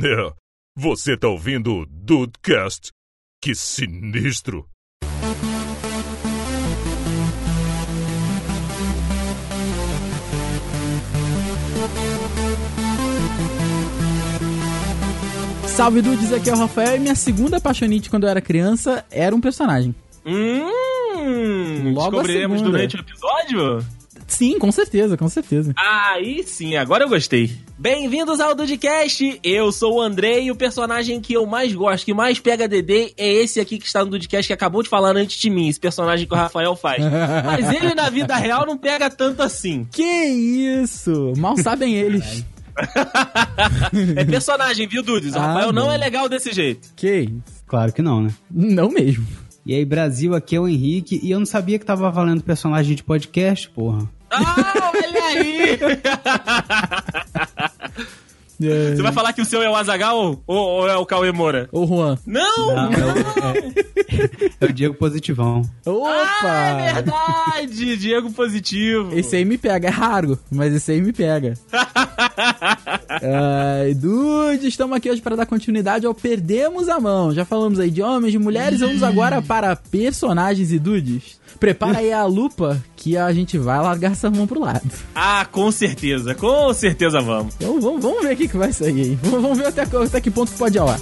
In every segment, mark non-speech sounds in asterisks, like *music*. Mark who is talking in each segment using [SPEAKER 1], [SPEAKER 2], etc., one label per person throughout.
[SPEAKER 1] É, você tá ouvindo o Dudecast? Que sinistro!
[SPEAKER 2] Salve Dudes, aqui é o Rafael e minha segunda apaixonite quando eu era criança era um personagem.
[SPEAKER 3] Hum,
[SPEAKER 2] Logo a
[SPEAKER 3] descobriremos
[SPEAKER 2] segunda.
[SPEAKER 3] durante o episódio?
[SPEAKER 2] Sim, com certeza, com certeza.
[SPEAKER 3] Aí sim, agora eu gostei. Bem-vindos ao Dudcast! Eu sou o Andrei e o personagem que eu mais gosto, que mais pega DD, é esse aqui que está no Dudcast, que acabou de falar antes de mim, esse personagem que o Rafael faz. Mas ele na vida real não pega tanto assim.
[SPEAKER 2] Que isso! Mal sabem eles.
[SPEAKER 3] É personagem, viu, Dudes? O
[SPEAKER 2] Ah,
[SPEAKER 3] Rafael não
[SPEAKER 2] bom.
[SPEAKER 3] é legal desse jeito.
[SPEAKER 2] que isso?
[SPEAKER 4] Claro que não, né?
[SPEAKER 2] Não mesmo.
[SPEAKER 4] E aí, Brasil, aqui é o Henrique, e eu não sabia que tava valendo personagem de podcast, porra.
[SPEAKER 3] Ah, olha aí!
[SPEAKER 2] É.
[SPEAKER 3] Você vai falar que o seu é o Azagal ou, ou é o Cauê Moura?
[SPEAKER 2] Ô Juan.
[SPEAKER 3] Não!
[SPEAKER 4] é, o, é- é o Diego Positivão.
[SPEAKER 3] Ah, é
[SPEAKER 2] Opa!
[SPEAKER 3] verdade! Diego positivo.
[SPEAKER 2] esse aí me pega, é raro, mas esse aí me pega. Ai, Dudes, estamos aqui hoje para dar continuidade ao Perdemos a Mão. Já falamos aí de homens, de mulheres, vamos agora para personagens e dudes. Prepara aí a lupa que a gente vai largar essa mão pro lado.
[SPEAKER 3] Ah, com certeza, com certeza vamos.
[SPEAKER 2] Então vamos, vamos ver o que, que vai sair aí. Vamos, vamos ver até, co- até que ponto que pode ir ao ar.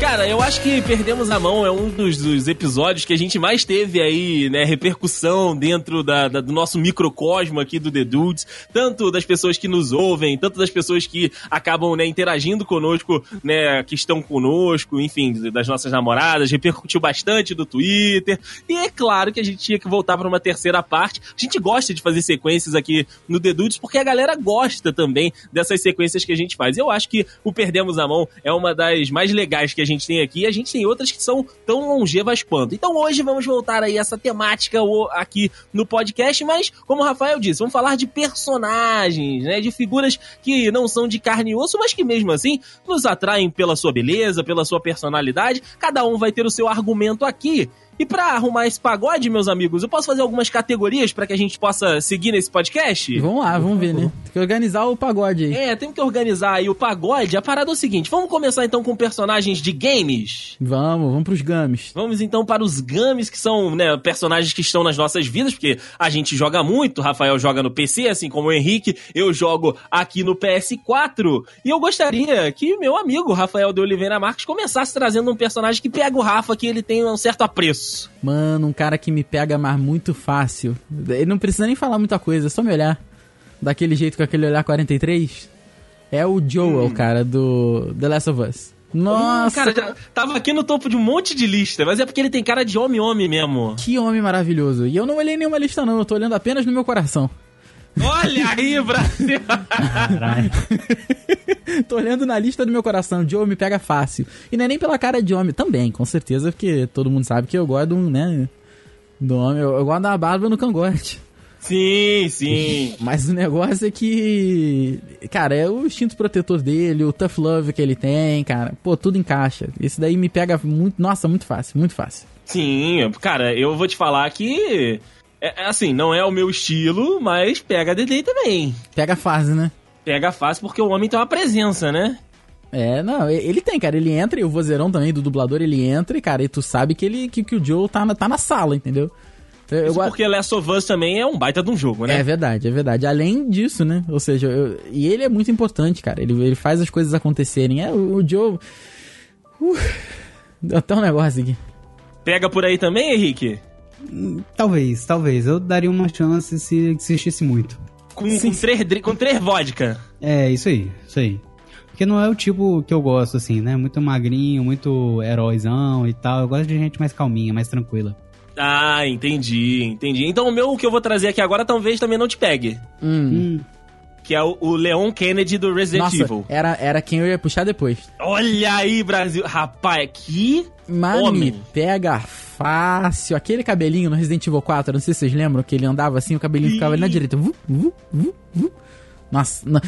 [SPEAKER 3] Cara, eu acho que Perdemos a Mão é um dos, dos episódios que a gente mais teve aí, né, repercussão dentro da, da- do nosso microcosmo aqui do The Dudes, tanto das pessoas que nos ouvem, tanto das pessoas que acabam, né, interagindo conosco, né, que estão conosco, enfim, das nossas namoradas, repercutiu bastante do Twitter, e é claro que a gente tinha que voltar para uma terceira parte. A gente gosta de fazer sequências aqui no The Dudes, porque a galera gosta também dessas sequências que a gente faz. Eu acho que o Perdemos a Mão é uma das mais legais que a gente tem aqui. E a gente tem outras que são tão longevas quanto. Então hoje vamos voltar aí a essa temática o- aqui no podcast, mas como o Rafael disse, vamos falar de personagens, né? De figuras que não são de carne e osso, mas que mesmo assim nos atraem pela sua beleza, pela sua personalidade. Cada um vai ter o seu argumento aqui. E pra arrumar esse pagode, meus amigos, eu posso fazer algumas categorias pra que a gente possa seguir nesse podcast?
[SPEAKER 2] Vamos lá, vamos ver, né? Tem que organizar o pagode aí.
[SPEAKER 3] É, temos que organizar aí o pagode. A parada é o seguinte, vamos começar então com personagens de games.
[SPEAKER 2] Vamos, vamos pros games.
[SPEAKER 3] Vamos então para os games, que são né, personagens que estão nas nossas vidas, porque a gente joga muito, o Rafael joga no PC, assim como o Henrique, eu jogo aqui no PS4. E eu gostaria que meu amigo Rafael de Oliveira Marques começasse trazendo um personagem que pega o Rafa, que ele tem um certo apreço.
[SPEAKER 2] Mano, um cara que me pega, mas muito fácil. Ele não precisa nem falar muita coisa, é só me olhar. Daquele jeito, com aquele olhar 43. É o Joel, cara, do The Last of Us. Nossa,
[SPEAKER 3] Hum. Cara, já tava aqui no topo de um monte de lista, mas é porque ele tem cara de homem-homem mesmo.
[SPEAKER 2] que homem maravilhoso. E eu não olhei nenhuma lista, não, eu tô olhando apenas no meu coração.
[SPEAKER 3] Olha aí, Brasil!
[SPEAKER 4] Caralho.
[SPEAKER 2] *laughs* tô olhando na lista do meu coração, Joel me pega fácil. E não é nem pela cara de homem, também, com certeza, porque todo mundo sabe que eu gosto de um, né? Do homem, eu, eu gosto da barba no cangote.
[SPEAKER 3] *laughs* Sim, sim.
[SPEAKER 2] Mas o negócio é que. Cara, é o instinto protetor dele, o tough love que ele tem, cara. Pô, tudo encaixa. Isso daí me pega muito. Nossa, muito fácil, muito fácil.
[SPEAKER 3] Sim, cara, eu vou te falar que. É, é assim, não é o meu estilo, mas pega DD também.
[SPEAKER 2] Pega a fase, né?
[SPEAKER 3] Pega fácil porque o homem tem uma presença, né?
[SPEAKER 2] É, não, e- ele tem, cara. Ele entra, e o vozeirão também do dublador, ele entra, e, cara, e tu sabe que, ele, que, que o Joe tá na, tá na sala, entendeu? Então, eu
[SPEAKER 3] Isso
[SPEAKER 2] gosto.
[SPEAKER 3] porque Last of Us também é um baita de um jogo, né?
[SPEAKER 2] É verdade, é verdade. Além disso, né? Ou seja, eu- e ele é muito importante, cara. Ele, ele faz as coisas acontecerem. É, o, o Joe. Uh, deu até um negócio aqui.
[SPEAKER 3] Pega por aí também, Henrique?
[SPEAKER 4] Talvez, talvez. Eu daria uma chance se existisse muito.
[SPEAKER 3] Com, com, três, dri- com três vodka.
[SPEAKER 4] É, isso aí, isso aí. Porque não é o tipo que eu gosto, assim, né? Muito magrinho, muito heróizão e tal. Eu gosto de gente mais calminha, mais tranquila.
[SPEAKER 3] Ah, entendi, entendi. Então o meu que eu vou trazer aqui agora talvez também não te pegue.
[SPEAKER 2] Hum.
[SPEAKER 4] Hum,
[SPEAKER 3] que é o, o Leon Kennedy do Resident
[SPEAKER 2] Nossa,
[SPEAKER 3] Evil.
[SPEAKER 2] era, era quem eu ia puxar depois.
[SPEAKER 3] Olha aí, Brasil. Rapaz, que
[SPEAKER 2] Mas me
[SPEAKER 3] Homem.
[SPEAKER 2] pega fácil. Aquele cabelinho no Resident Evil 4, não sei se vocês lembram, que ele andava assim, o cabelinho ficava ali na
[SPEAKER 3] Ih.
[SPEAKER 2] direita. Vu, vu, vu, vu. Nossa, não-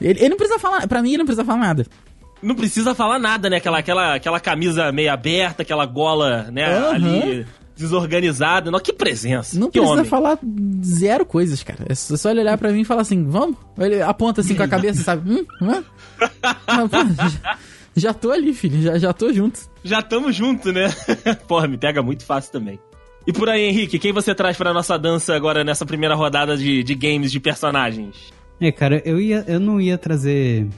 [SPEAKER 2] Ele, ele não precisa falar, pra mim ele não precisa falar nada.
[SPEAKER 3] Não precisa falar nada, né? Aquela, aquela, aquela camisa meio aberta, aquela gola, né?
[SPEAKER 2] Aham.
[SPEAKER 3] Ali desorganizada. Não, que presença.
[SPEAKER 2] Não
[SPEAKER 3] que
[SPEAKER 2] precisa
[SPEAKER 3] homem.
[SPEAKER 2] falar zero coisas, cara. É só só ele olhar pra mim e falar assim, vamos? Ele aponta assim com a cabeça, sabe? Hum, hum.
[SPEAKER 3] *laughs*
[SPEAKER 2] Ah, pô, já, já tô ali, filho. Já, já tô junto.
[SPEAKER 3] Já tamo junto, né? *laughs* Porra, me pega muito fácil também. E por aí, Henrique, quem você traz pra nossa dança agora nessa primeira rodada de, de games de personagens?
[SPEAKER 4] É, cara, eu, ia, eu não ia trazer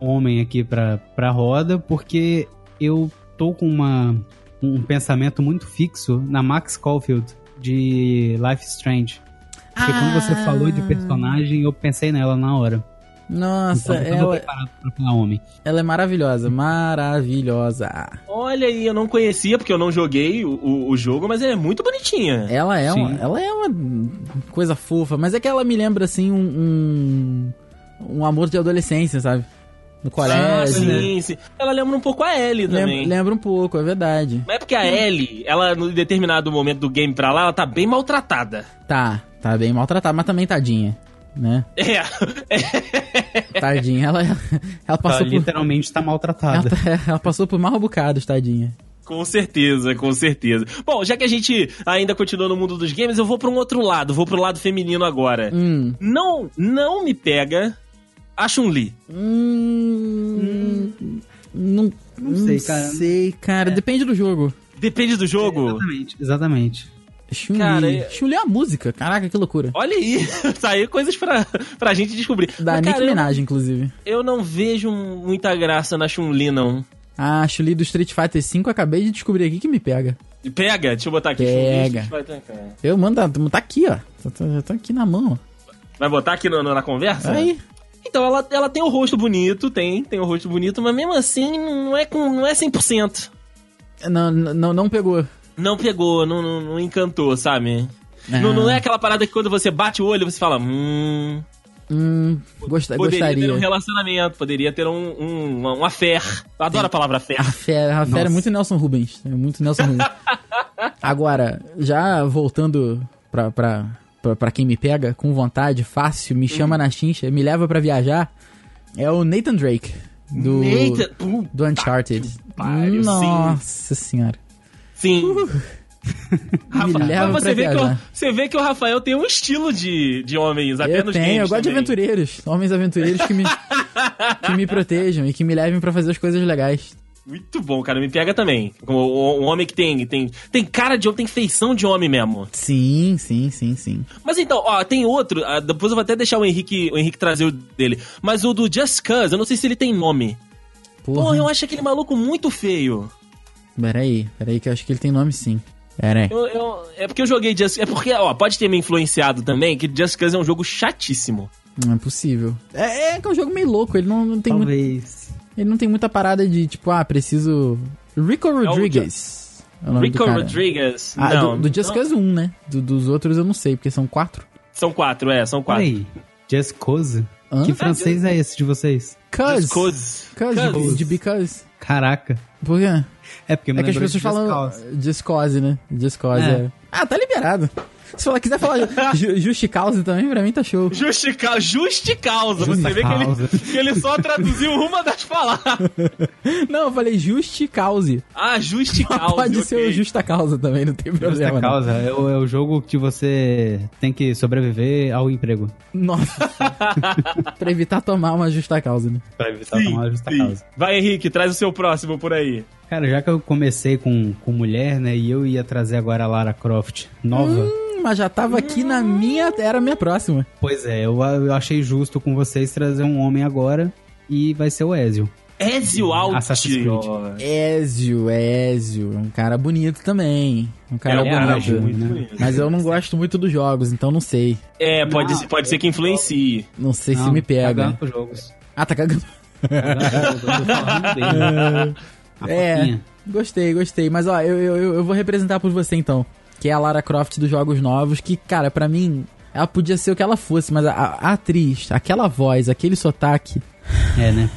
[SPEAKER 4] homem aqui pra, pra roda, porque eu tô com uma, um pensamento muito fixo na Max Caulfield, de Life is Strange. Porque quando você
[SPEAKER 2] Ah.
[SPEAKER 4] falou de personagem, eu pensei nela na hora.
[SPEAKER 2] Nossa,
[SPEAKER 4] então, eu tava
[SPEAKER 2] ela,
[SPEAKER 4] preparado pra falar homem.
[SPEAKER 2] ela é maravilhosa. Maravilhosa.
[SPEAKER 3] Olha aí, eu não conhecia porque eu não joguei o, o- o jogo, mas ela é muito bonitinha.
[SPEAKER 2] Ela é,
[SPEAKER 4] Sim.
[SPEAKER 2] uma, ela é uma coisa fofa, mas é que ela me lembra, assim, um, um, um amor de adolescência, sabe? No
[SPEAKER 3] Ah,
[SPEAKER 2] colégio. né?
[SPEAKER 3] sim, sim. Ela lembra um pouco a Ellie
[SPEAKER 2] Lembra,
[SPEAKER 3] também.
[SPEAKER 2] lembra um pouco, é verdade.
[SPEAKER 3] Mas é porque a Ellie, ela, no determinado momento do game pra lá, ela tá bem maltratada. *laughs*
[SPEAKER 2] Tá, tá bem maltratada, mas também tadinha, né?
[SPEAKER 3] É.
[SPEAKER 2] Tadinha, ela, ela
[SPEAKER 4] Ela
[SPEAKER 2] passou por...
[SPEAKER 4] literalmente tá
[SPEAKER 2] Ela,
[SPEAKER 4] maltratada.
[SPEAKER 2] tá- ela passou por mal bocados, tadinha.
[SPEAKER 3] Com certeza, com certeza. Bom, já que a gente ainda continua no mundo dos games, eu vou pra um outro lado, vou pro lado feminino agora.
[SPEAKER 2] Hum.
[SPEAKER 3] Não, não me pega a Chun-Li.
[SPEAKER 2] Hum. Não, não, sei,
[SPEAKER 4] sei,
[SPEAKER 2] cara. É.
[SPEAKER 4] cara.
[SPEAKER 2] Depende do jogo.
[SPEAKER 3] Depende do jogo.
[SPEAKER 4] Exatamente, exatamente.
[SPEAKER 2] Chun-Li.
[SPEAKER 3] Cara, é-
[SPEAKER 2] Chun-Li é uma música. Caraca, que loucura.
[SPEAKER 3] Olha aí, *laughs* saiu coisas pra, pra gente descobrir.
[SPEAKER 2] Da
[SPEAKER 3] Mas,
[SPEAKER 2] Nick
[SPEAKER 3] cara, eu-
[SPEAKER 2] Minaj, inclusive.
[SPEAKER 3] Eu, não vejo muita graça na Chun-Li, não.
[SPEAKER 2] A Ah, Chun-Li do Street Fighter V, eu acabei de descobrir aqui que me pega.
[SPEAKER 3] Pega, deixa eu botar aqui.
[SPEAKER 2] Pega.
[SPEAKER 3] Chun-Li, vai, tá-
[SPEAKER 2] Eu mando, tá aqui, ó. Tá, tá- tá aqui na mão.
[SPEAKER 3] vai botar aqui no- no- na
[SPEAKER 2] ó.
[SPEAKER 3] conversa?
[SPEAKER 2] Aí.
[SPEAKER 3] Então, ela, ela tem o rosto bonito, tem, tem o rosto bonito, mas mesmo assim não é, com, não é 100%.
[SPEAKER 2] Não, não, não pegou.
[SPEAKER 3] Não pegou, não, não, não encantou, sabe?
[SPEAKER 2] Ah.
[SPEAKER 3] Não, não é aquela parada que quando você bate o olho, você fala, hum...
[SPEAKER 2] Hum, gosta-
[SPEAKER 3] Poderia ter um
[SPEAKER 2] gostaria.
[SPEAKER 3] relacionamento, poderia ter um, um, uma, uma fé. Eu adoro a palavra fé.
[SPEAKER 2] A fera, a fera é
[SPEAKER 4] Nossa.
[SPEAKER 2] muito Nelson Rubens. É muito Nelson
[SPEAKER 3] *laughs*
[SPEAKER 2] Rubens. Agora, já voltando pra, pra, pra, pra quem me pega, com vontade, fácil, me chama
[SPEAKER 3] Uhum.
[SPEAKER 2] na chincha, me leva pra viajar, é o Nathan Drake. Do,
[SPEAKER 3] Eita, pu-
[SPEAKER 2] do Uncharted.
[SPEAKER 3] pariu, sim.
[SPEAKER 2] Nossa senhora.
[SPEAKER 3] Sim.
[SPEAKER 2] Uh.
[SPEAKER 3] *laughs*
[SPEAKER 2] me leva
[SPEAKER 3] Mas
[SPEAKER 2] pra
[SPEAKER 3] você vê, que o,
[SPEAKER 2] viajar.
[SPEAKER 3] você vê que o Rafael tem um estilo de, de homens, até
[SPEAKER 2] Eu
[SPEAKER 3] nos
[SPEAKER 2] tenho,
[SPEAKER 3] games
[SPEAKER 2] eu gosto de
[SPEAKER 3] também.
[SPEAKER 2] aventureiros. Homens aventureiros
[SPEAKER 3] *laughs*
[SPEAKER 2] que me, que me protejam e que me levem pra fazer as coisas legais.
[SPEAKER 3] Muito bom, cara. Me pega também. O, o- o homem que tem, tem. Tem cara de homem, tem feição de homem mesmo.
[SPEAKER 2] Sim, sim, sim, sim.
[SPEAKER 3] Mas então, ó, tem outro. ah, depois eu vou até deixar o Henrique, o Henrique trazer o dele. Mas o do Just Cause, eu não sei se ele tem nome. Porra,
[SPEAKER 2] Porra.
[SPEAKER 3] eu acho aquele maluco muito feio.
[SPEAKER 2] Peraí, peraí, que eu acho que ele tem nome sim. Peraí.
[SPEAKER 3] Eu- eu- é porque eu joguei Just É porque, ó, pode ter me influenciado também, que Just Cause é um jogo chatíssimo.
[SPEAKER 2] Não é possível. É, é que é um jogo meio louco, ele não, não tem muito,
[SPEAKER 4] Talvez.
[SPEAKER 2] ele não tem muita parada de tipo, ah, preciso Rico Rodriguez. É o nome do
[SPEAKER 3] É Rico
[SPEAKER 2] cara.
[SPEAKER 3] Rodriguez.
[SPEAKER 2] Ah,
[SPEAKER 3] não,
[SPEAKER 2] do, do Just
[SPEAKER 3] não.
[SPEAKER 2] Cause 1, né? Do- dos outros eu não sei, porque são quatro.
[SPEAKER 3] São quatro, é, são quatro.
[SPEAKER 4] Peraí, Just Cause?
[SPEAKER 2] Hã?
[SPEAKER 4] Que francês é esse de vocês?
[SPEAKER 2] Cause.
[SPEAKER 3] Just Cause.
[SPEAKER 2] Cause,
[SPEAKER 3] Cause.
[SPEAKER 2] de, de because.
[SPEAKER 4] Caraca.
[SPEAKER 2] Por quê?
[SPEAKER 4] É porque me
[SPEAKER 2] É que as
[SPEAKER 4] lembrou de
[SPEAKER 2] pessoas
[SPEAKER 4] Just
[SPEAKER 2] falam
[SPEAKER 4] Cause.
[SPEAKER 2] Just Cause, né? Just Cause,
[SPEAKER 4] É.
[SPEAKER 2] é. Ah, tá liberado. Se falar, quiser falar
[SPEAKER 3] *laughs*
[SPEAKER 2] ju, Just Cause também, pra mim tá show.
[SPEAKER 3] Juste causa. Juste causa.
[SPEAKER 4] Justa
[SPEAKER 3] Você vê Que,
[SPEAKER 4] causa.
[SPEAKER 3] ele, que ele só traduziu uma das palavras.
[SPEAKER 2] Não, eu falei Just Cause.
[SPEAKER 3] Ah, juste causa.
[SPEAKER 2] Pode
[SPEAKER 3] ok.
[SPEAKER 2] ser o Justa Causa também, não tem
[SPEAKER 4] Justa
[SPEAKER 2] problema. não.
[SPEAKER 4] causa é o, é o jogo que você tem que sobreviver ao emprego.
[SPEAKER 2] Nossa. pra evitar tomar uma justa causa, né?
[SPEAKER 4] Pra evitar
[SPEAKER 3] Sim,
[SPEAKER 4] tomar a justa
[SPEAKER 3] sim.
[SPEAKER 4] causa.
[SPEAKER 3] Vai, Henrique, traz o seu próximo por aí.
[SPEAKER 4] Cara, já que eu comecei com, com mulher, né, e eu ia trazer agora a Lara Croft nova,
[SPEAKER 2] Hum, mas já tava aqui na minha. Era a minha próxima.
[SPEAKER 4] pois é, eu, eu achei justo com vocês trazer um homem agora e vai ser o Ezio.
[SPEAKER 3] Ezio
[SPEAKER 4] Assassin's Creed.
[SPEAKER 3] Aldior.
[SPEAKER 2] Ézio, Ézio. Um cara bonito também. Um cara
[SPEAKER 3] É um cara
[SPEAKER 2] bonito.
[SPEAKER 4] muito
[SPEAKER 3] né?
[SPEAKER 4] bonito.
[SPEAKER 2] Mas eu não gosto muito dos jogos, então não sei.
[SPEAKER 3] É, pode,
[SPEAKER 4] Não.
[SPEAKER 3] ser- pode ser que influencie.
[SPEAKER 2] Não sei se
[SPEAKER 4] Não,
[SPEAKER 2] me pega.
[SPEAKER 4] cagando pros jogos.
[SPEAKER 2] Ah, tá cagando. *laughs*
[SPEAKER 4] Cagando pros jogos, eu tô falando dele. A
[SPEAKER 2] É,
[SPEAKER 4] fofinha.
[SPEAKER 2] gostei, gostei. Mas ó, eu, eu, eu- eu vou representar por você então. Que é a Lara Croft dos jogos novos, que, cara, pra mim, Ela podia ser o que ela fosse, mas a, a atriz, aquela voz, aquele sotaque.
[SPEAKER 4] É, né?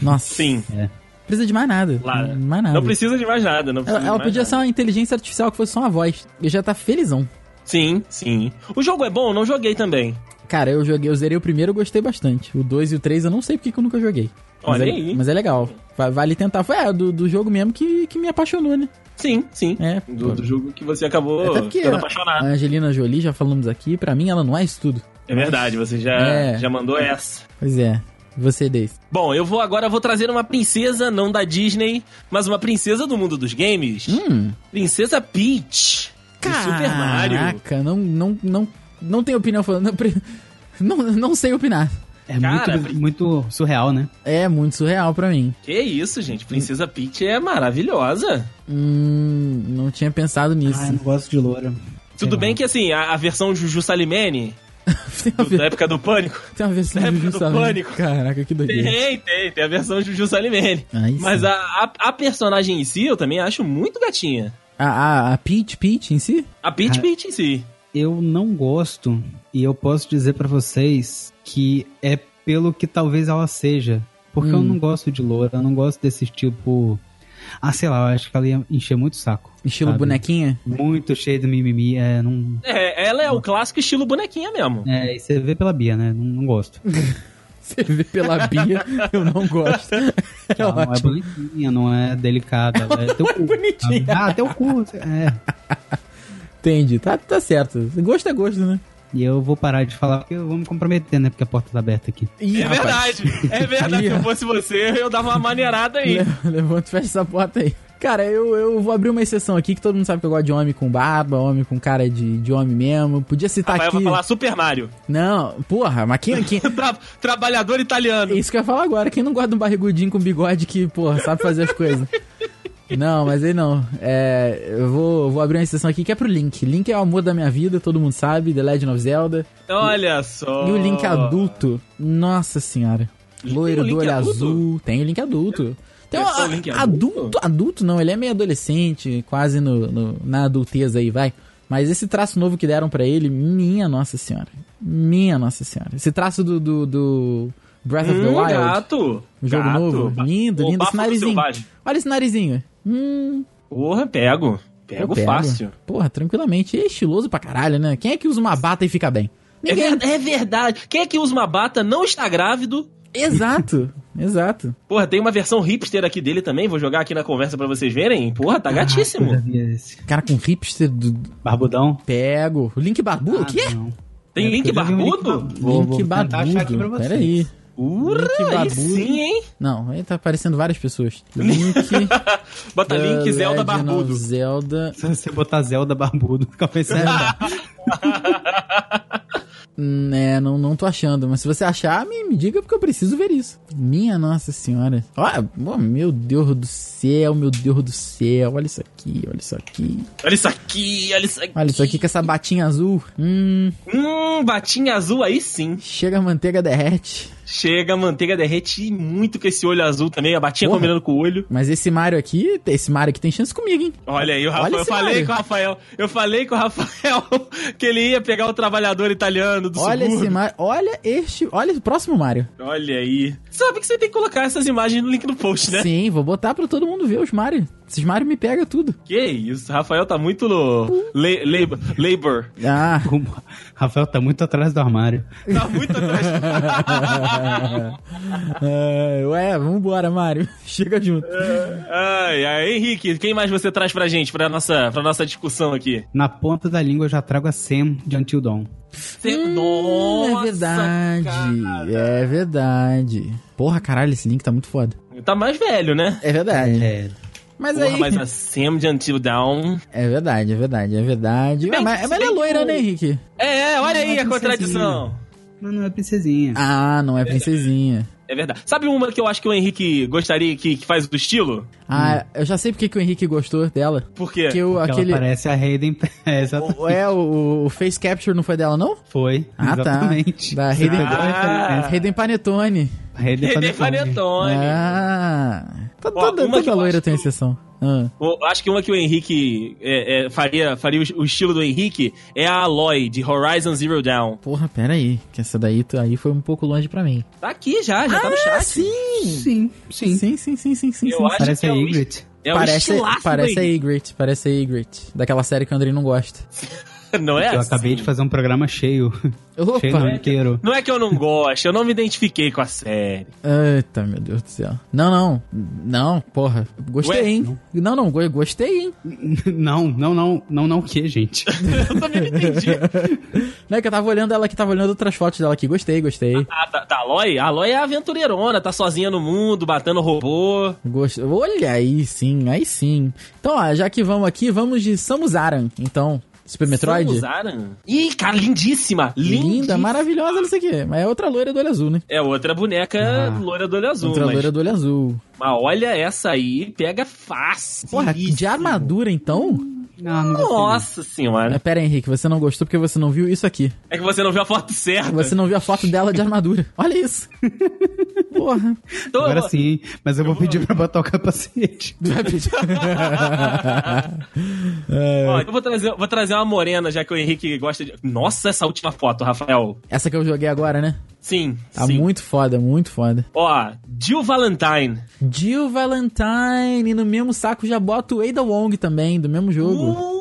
[SPEAKER 2] Nossa.
[SPEAKER 3] Sim,
[SPEAKER 2] Não precisa de mais nada.
[SPEAKER 3] Claro.
[SPEAKER 2] Mais nada.
[SPEAKER 3] não precisa de mais nada. Não precisa
[SPEAKER 2] Ela,
[SPEAKER 3] de
[SPEAKER 2] ela
[SPEAKER 3] mais
[SPEAKER 2] podia
[SPEAKER 3] nada.
[SPEAKER 2] ser uma inteligência artificial que fosse só uma voz. Eu já tá felizão.
[SPEAKER 3] Sim, sim. O jogo é bom? Não joguei também.
[SPEAKER 2] Cara, eu joguei, eu zerei o primeiro, eu gostei bastante. O 2 e o 3 eu não sei porque que eu nunca joguei.
[SPEAKER 3] Olha
[SPEAKER 2] mas,
[SPEAKER 3] aí.
[SPEAKER 2] É, mas é legal. Va- Vale tentar. Foi é, do, do jogo mesmo que, que me apaixonou, né?
[SPEAKER 3] Sim, sim.
[SPEAKER 2] É.
[SPEAKER 3] Do, do jogo que você acabou
[SPEAKER 2] Até porque é-
[SPEAKER 3] ficando
[SPEAKER 2] a-
[SPEAKER 3] apaixonado.
[SPEAKER 2] A Angelina Jolie, já falamos aqui, pra mim ela não é isso tudo.
[SPEAKER 3] É verdade, você já,
[SPEAKER 2] É.
[SPEAKER 3] já mandou essa.
[SPEAKER 2] Pois é. Você, Deis.
[SPEAKER 3] Bom, eu vou agora vou trazer uma princesa, não da Disney, mas uma princesa do mundo dos games.
[SPEAKER 2] Hum.
[SPEAKER 3] Princesa Peach. do Super Mario.
[SPEAKER 2] Caraca, não, não, não, não tenho opinião. falando- Não, pre- não, não sei opinar.
[SPEAKER 4] É
[SPEAKER 3] Cara,
[SPEAKER 4] muito, muito surreal, né?
[SPEAKER 2] É muito surreal pra mim.
[SPEAKER 3] Que isso, gente. Princesa Peach é maravilhosa.
[SPEAKER 2] Hum, não tinha pensado nisso. *laughs*
[SPEAKER 4] Ah, eu não gosto de loura.
[SPEAKER 3] Tudo
[SPEAKER 4] Sei
[SPEAKER 2] né?
[SPEAKER 3] bem que, assim, a, a versão Juju Salimene,
[SPEAKER 2] tem,
[SPEAKER 3] do-
[SPEAKER 2] uma
[SPEAKER 3] da
[SPEAKER 2] ver...
[SPEAKER 3] época
[SPEAKER 2] *laughs*
[SPEAKER 3] do Pânico,
[SPEAKER 2] tem uma versão
[SPEAKER 3] da
[SPEAKER 2] do
[SPEAKER 3] época
[SPEAKER 2] Juju
[SPEAKER 3] do
[SPEAKER 2] Salimene.
[SPEAKER 3] Pânico.
[SPEAKER 2] Caraca, que doideira.
[SPEAKER 3] tem, tem, tem a versão Juju Salimene.
[SPEAKER 2] Aí sim.
[SPEAKER 3] Mas a, a, a personagem em si, eu também acho muito gatinha.
[SPEAKER 2] A, a, a Peach, Peach em si?
[SPEAKER 3] A Peach
[SPEAKER 4] Ah.
[SPEAKER 3] Peach em si.
[SPEAKER 4] Eu não gosto, e eu posso dizer pra vocês que é pelo que talvez ela seja. Porque eu
[SPEAKER 2] Hum.
[SPEAKER 4] não gosto de loura, eu não gosto desse tipo. Ah, sei lá, eu acho que ela ia encher muito o saco.
[SPEAKER 2] Estilo
[SPEAKER 4] sabe?
[SPEAKER 2] bonequinha?
[SPEAKER 4] Muito cheio de mimimi, é, não.
[SPEAKER 3] É, ela é
[SPEAKER 2] Hum.
[SPEAKER 3] o clássico estilo bonequinha mesmo.
[SPEAKER 4] É, e você vê pela Bia, né? Não,
[SPEAKER 2] *laughs*
[SPEAKER 4] não gosto.
[SPEAKER 2] *laughs* Você vê pela Bia, eu não
[SPEAKER 3] *laughs*
[SPEAKER 2] gosto. É
[SPEAKER 4] Ela não é
[SPEAKER 2] ótimo.
[SPEAKER 4] bonitinha, não é delicada,
[SPEAKER 2] *laughs*
[SPEAKER 4] ela é teu cu.
[SPEAKER 2] bonitinha.
[SPEAKER 4] sabe? Ah, teu cu. É.
[SPEAKER 2] Entendi, tá, tá certo. Gosto é gosto, né?
[SPEAKER 4] E eu vou parar de falar porque eu vou me comprometer, né? Porque a porta tá aberta aqui.
[SPEAKER 2] Ih,
[SPEAKER 3] é verdade, é verdade.
[SPEAKER 2] Ih,
[SPEAKER 3] Se eu fosse você, eu dava uma maneirada aí.
[SPEAKER 2] Le- Levanta e fecha essa porta aí. Cara, eu, eu vou abrir uma exceção aqui, que todo mundo sabe que eu gosto de homem com barba, homem com cara de, de homem mesmo. Podia citar
[SPEAKER 3] Rapaz, Ah, eu
[SPEAKER 2] aqui.
[SPEAKER 3] vou falar Super Mario.
[SPEAKER 2] Não, porra, mas quem, quem-
[SPEAKER 3] Tra- trabalhador italiano.
[SPEAKER 2] É Isso que eu ia falar agora. Quem não gosta de um barrigudinho com bigode que, porra, sabe fazer as coisas? Não, mas aí não. É, eu vou, vou abrir uma exceção aqui que é pro Link. Link é o amor da minha vida, todo mundo sabe, The Legend of Zelda.
[SPEAKER 3] Olha só.
[SPEAKER 2] E o Link adulto, nossa senhora.
[SPEAKER 3] Ah. Tem
[SPEAKER 2] Loiro
[SPEAKER 3] o
[SPEAKER 2] do
[SPEAKER 3] Link
[SPEAKER 2] olho
[SPEAKER 3] adulto?
[SPEAKER 2] azul. Tem o Link adulto. Tem
[SPEAKER 3] Versão
[SPEAKER 2] um
[SPEAKER 3] Link adulto?
[SPEAKER 2] adulto, adulto não, ele é meio adolescente, quase no, no- na adultez aí, vai. Mas esse traço novo que deram pra ele, minha nossa senhora. Minha nossa senhora. Esse traço do, do, do Breath of the
[SPEAKER 3] Hum,
[SPEAKER 2] Wild.
[SPEAKER 3] gato.
[SPEAKER 2] Um jogo
[SPEAKER 3] gato.
[SPEAKER 2] novo.
[SPEAKER 3] Ba-
[SPEAKER 2] Lindo,
[SPEAKER 3] o
[SPEAKER 2] lindo.
[SPEAKER 3] Bafo
[SPEAKER 2] Esse
[SPEAKER 3] do
[SPEAKER 2] narizinho.
[SPEAKER 3] Selvagem.
[SPEAKER 2] Olha esse narizinho. Hum,
[SPEAKER 3] Porra, pego.
[SPEAKER 2] eu
[SPEAKER 3] Pego fácil.
[SPEAKER 2] Porra, tranquilamente. E é estiloso pra caralho, né? Quem é que usa uma bata e fica bem?
[SPEAKER 3] É,
[SPEAKER 2] Ninguém.
[SPEAKER 3] ver- é verdade. Quem é que usa uma bata não está grávido?
[SPEAKER 2] *laughs* exato, exato.
[SPEAKER 3] Porra, tem uma versão hipster aqui dele também. Vou jogar aqui na conversa pra vocês verem. Porra, tá
[SPEAKER 4] Ah, eu
[SPEAKER 2] é.
[SPEAKER 3] gatíssimo.
[SPEAKER 4] já vi esse.
[SPEAKER 2] Cara com hipster do.
[SPEAKER 4] Barbudão?
[SPEAKER 2] Pego. Link barbudo?
[SPEAKER 4] Ah,
[SPEAKER 2] O quê?
[SPEAKER 4] não.
[SPEAKER 2] É,
[SPEAKER 3] Tem é Link
[SPEAKER 4] Eu já vi um
[SPEAKER 3] barbudo?
[SPEAKER 4] barbudo. Vou-
[SPEAKER 2] Link
[SPEAKER 4] vou tentar achar aqui pra
[SPEAKER 2] barbudo.
[SPEAKER 4] vocês.
[SPEAKER 2] Peraí.
[SPEAKER 3] Ura,
[SPEAKER 2] Link
[SPEAKER 3] aí
[SPEAKER 2] barbudo.
[SPEAKER 3] sim, hein?
[SPEAKER 2] Não, aí tá aparecendo várias pessoas.
[SPEAKER 3] *laughs*
[SPEAKER 2] Link.
[SPEAKER 3] Bota
[SPEAKER 2] The
[SPEAKER 3] Tá, Link Zelda
[SPEAKER 2] Legend
[SPEAKER 3] barbudo.
[SPEAKER 2] of Zelda.
[SPEAKER 4] Se você botar Zelda barbudo, talvez seja.
[SPEAKER 2] Hum, É, não, não tô achando, mas se você achar, me, me diga porque eu preciso ver isso. Minha nossa senhora. Olha, oh, meu Deus do céu, meu Deus do céu. Olha isso aqui, olha isso aqui.
[SPEAKER 3] Olha isso aqui, olha isso aqui.
[SPEAKER 2] Olha isso aqui com essa batinha azul. Hum,
[SPEAKER 3] Hum, batinha azul aí sim.
[SPEAKER 2] chega a manteiga derrete.
[SPEAKER 3] Chega, a manteiga derrete e muito com esse olho azul também. A batinha
[SPEAKER 2] Porra.
[SPEAKER 3] combinando com o olho.
[SPEAKER 2] Mas esse Mario aqui, esse Mario aqui tem chance comigo, hein?
[SPEAKER 3] Olha aí, o Rafael.
[SPEAKER 2] Olha
[SPEAKER 3] eu
[SPEAKER 2] esse
[SPEAKER 3] falei
[SPEAKER 2] Mario.
[SPEAKER 3] com o Rafael. Eu falei com o Rafael *laughs* que ele ia pegar o trabalhador italiano do
[SPEAKER 2] Olha esse
[SPEAKER 3] subúrbio.
[SPEAKER 2] Mario, olha este, olha o próximo Mario.
[SPEAKER 3] Olha aí. Sabe que você tem que colocar essas imagens no link do post, né?
[SPEAKER 2] Sim, vou botar pra todo mundo ver os Mario. Esses Mario me pega tudo.
[SPEAKER 3] Que isso, Rafael tá muito no. le- labor- labor.
[SPEAKER 2] Ah, *laughs*
[SPEAKER 4] Como- Rafael tá muito atrás do armário.
[SPEAKER 3] Tá muito *laughs* atrás.
[SPEAKER 2] é, Ah, ué, vambora, Mario. *laughs* Chega junto.
[SPEAKER 3] ai, ai, Henrique, quem mais você traz pra gente, pra nossa, pra nossa discussão aqui?
[SPEAKER 4] Na ponta da língua eu já trago a Sam de Until Dawn.
[SPEAKER 3] Você-
[SPEAKER 2] Hum,
[SPEAKER 3] Nossa,
[SPEAKER 2] é verdade.
[SPEAKER 3] cara.
[SPEAKER 2] É verdade. Porra, caralho, esse link tá muito foda.
[SPEAKER 3] Tá mais velho, né?
[SPEAKER 2] É verdade.
[SPEAKER 4] É,
[SPEAKER 2] Mas
[SPEAKER 3] Porra,
[SPEAKER 2] aí.
[SPEAKER 3] mas a Sam de Until Down.
[SPEAKER 2] É verdade, é verdade, é verdade.
[SPEAKER 3] Se bem
[SPEAKER 2] Ah, mas
[SPEAKER 3] que- se
[SPEAKER 2] mas ela é
[SPEAKER 3] bem que
[SPEAKER 2] loira,
[SPEAKER 3] o-
[SPEAKER 2] né, Henrique?
[SPEAKER 3] É, é, olha
[SPEAKER 4] Não,
[SPEAKER 3] aí
[SPEAKER 4] é
[SPEAKER 3] a contradição.
[SPEAKER 2] assim.
[SPEAKER 4] mas não é princesinha.
[SPEAKER 2] Ah, não é princesinha.
[SPEAKER 3] É verdade. Sabe uma que eu acho que o Henrique gostaria que, que faz do estilo?
[SPEAKER 2] Ah, eu já sei porque que o Henrique gostou dela.
[SPEAKER 3] Por quê?
[SPEAKER 2] Porque o,
[SPEAKER 4] Porque
[SPEAKER 2] aquele.
[SPEAKER 4] Ela parece a Hayden. *laughs* É, exata-
[SPEAKER 2] o- é, o, o face capture não foi dela, não?
[SPEAKER 4] Foi.
[SPEAKER 2] Ah,
[SPEAKER 4] exatamente.
[SPEAKER 2] tá. Da Hayden,
[SPEAKER 3] Ah.
[SPEAKER 2] Hayden Panetone.
[SPEAKER 4] Hayden
[SPEAKER 3] René
[SPEAKER 4] Panetone.
[SPEAKER 3] Panetone.
[SPEAKER 2] Ah. Tá,
[SPEAKER 3] Ó,
[SPEAKER 2] toda
[SPEAKER 3] uma que
[SPEAKER 2] toda
[SPEAKER 3] eu
[SPEAKER 2] loira
[SPEAKER 3] acho
[SPEAKER 2] tem
[SPEAKER 3] que-
[SPEAKER 2] exceção. Ah.
[SPEAKER 3] O- acho que uma que o Henrique é, é, faria, faria o, o estilo do Henrique é a Aloy, de Horizon Zero Dawn.
[SPEAKER 2] Porra, pera aí, que essa daí tu- aí foi um pouco longe pra mim.
[SPEAKER 3] Tá aqui já, já tá no chat.
[SPEAKER 4] Sim, sim.
[SPEAKER 2] Sim, sim, sim, sim, sim.
[SPEAKER 3] Eu
[SPEAKER 2] sim.
[SPEAKER 3] acho
[SPEAKER 4] Parece
[SPEAKER 3] que
[SPEAKER 4] a
[SPEAKER 3] é o
[SPEAKER 4] Ygritte.
[SPEAKER 3] É
[SPEAKER 2] parece,
[SPEAKER 3] o estilaço
[SPEAKER 2] parece
[SPEAKER 3] do
[SPEAKER 2] a
[SPEAKER 3] Henrique.
[SPEAKER 2] Ygritte, parece a Ygritte. Daquela série que o Andrei não gosta.
[SPEAKER 3] Não é?
[SPEAKER 4] Eu acabei de fazer um programa cheio. Cheio não,
[SPEAKER 2] Opa!
[SPEAKER 4] inteiro. *laughs*
[SPEAKER 3] Não é que eu não gosto, eu não me identifiquei com a série.
[SPEAKER 2] Eita, meu Deus do céu. Não, não. Não, porra. Gostei,
[SPEAKER 3] Ué?
[SPEAKER 2] hein? Não, não, go- gostei, hein?
[SPEAKER 4] Não, não, não, não, não o que, gente?
[SPEAKER 3] Eu também não *laughs* entendi.
[SPEAKER 2] Não, é que eu tava olhando ela aqui, tava olhando outras fotos dela aqui. Gostei, gostei.
[SPEAKER 3] A, da, da Ah, Aloy? A Aloy é aventureirona, tá sozinha no mundo, batendo robô.
[SPEAKER 2] Gosto. Olha aí, sim, aí sim. Então, ó, já que vamos aqui, vamos de Samus Aran. Então, Super Metroid.
[SPEAKER 3] Samus Aran. Ih, cara, lindíssima.
[SPEAKER 2] Linda,
[SPEAKER 3] lindíssima.
[SPEAKER 2] maravilhosa, não sei o quê. Mas é outra loira do olho azul, né?
[SPEAKER 3] É outra boneca
[SPEAKER 4] Ah.
[SPEAKER 3] loira do olho azul,
[SPEAKER 2] outra
[SPEAKER 3] mas,
[SPEAKER 2] loira do olho azul.
[SPEAKER 3] mas olha essa aí, pega fácil.
[SPEAKER 2] Porra, de armadura, então?
[SPEAKER 3] Tá
[SPEAKER 4] Não, não gostei, não.
[SPEAKER 3] Nossa senhora.
[SPEAKER 2] Mas Pera aí, Henrique, você não gostou porque você não viu isso aqui.
[SPEAKER 3] É que você não viu a foto certa.
[SPEAKER 2] Você não viu a foto dela de armadura. Olha
[SPEAKER 3] *laughs*
[SPEAKER 2] isso. Porra.
[SPEAKER 3] Então,
[SPEAKER 4] Agora sim, hein? Mas eu vou pedir pra botar o capacete.
[SPEAKER 2] Tu vai
[SPEAKER 3] *laughs*
[SPEAKER 2] pedir-
[SPEAKER 3] ó, eu vou trazer, vou trazer uma morena, já que o Henrique gosta de. Nossa, essa última foto, Rafael.
[SPEAKER 2] Essa que eu joguei agora, né?
[SPEAKER 3] Sim,
[SPEAKER 2] Tá
[SPEAKER 3] sim.
[SPEAKER 2] muito foda, muito foda.
[SPEAKER 3] Ó, Jill Valentine.
[SPEAKER 2] Jill Valentine, no mesmo saco já bota o Ada Wong também, do mesmo
[SPEAKER 3] Uh.
[SPEAKER 2] jogo.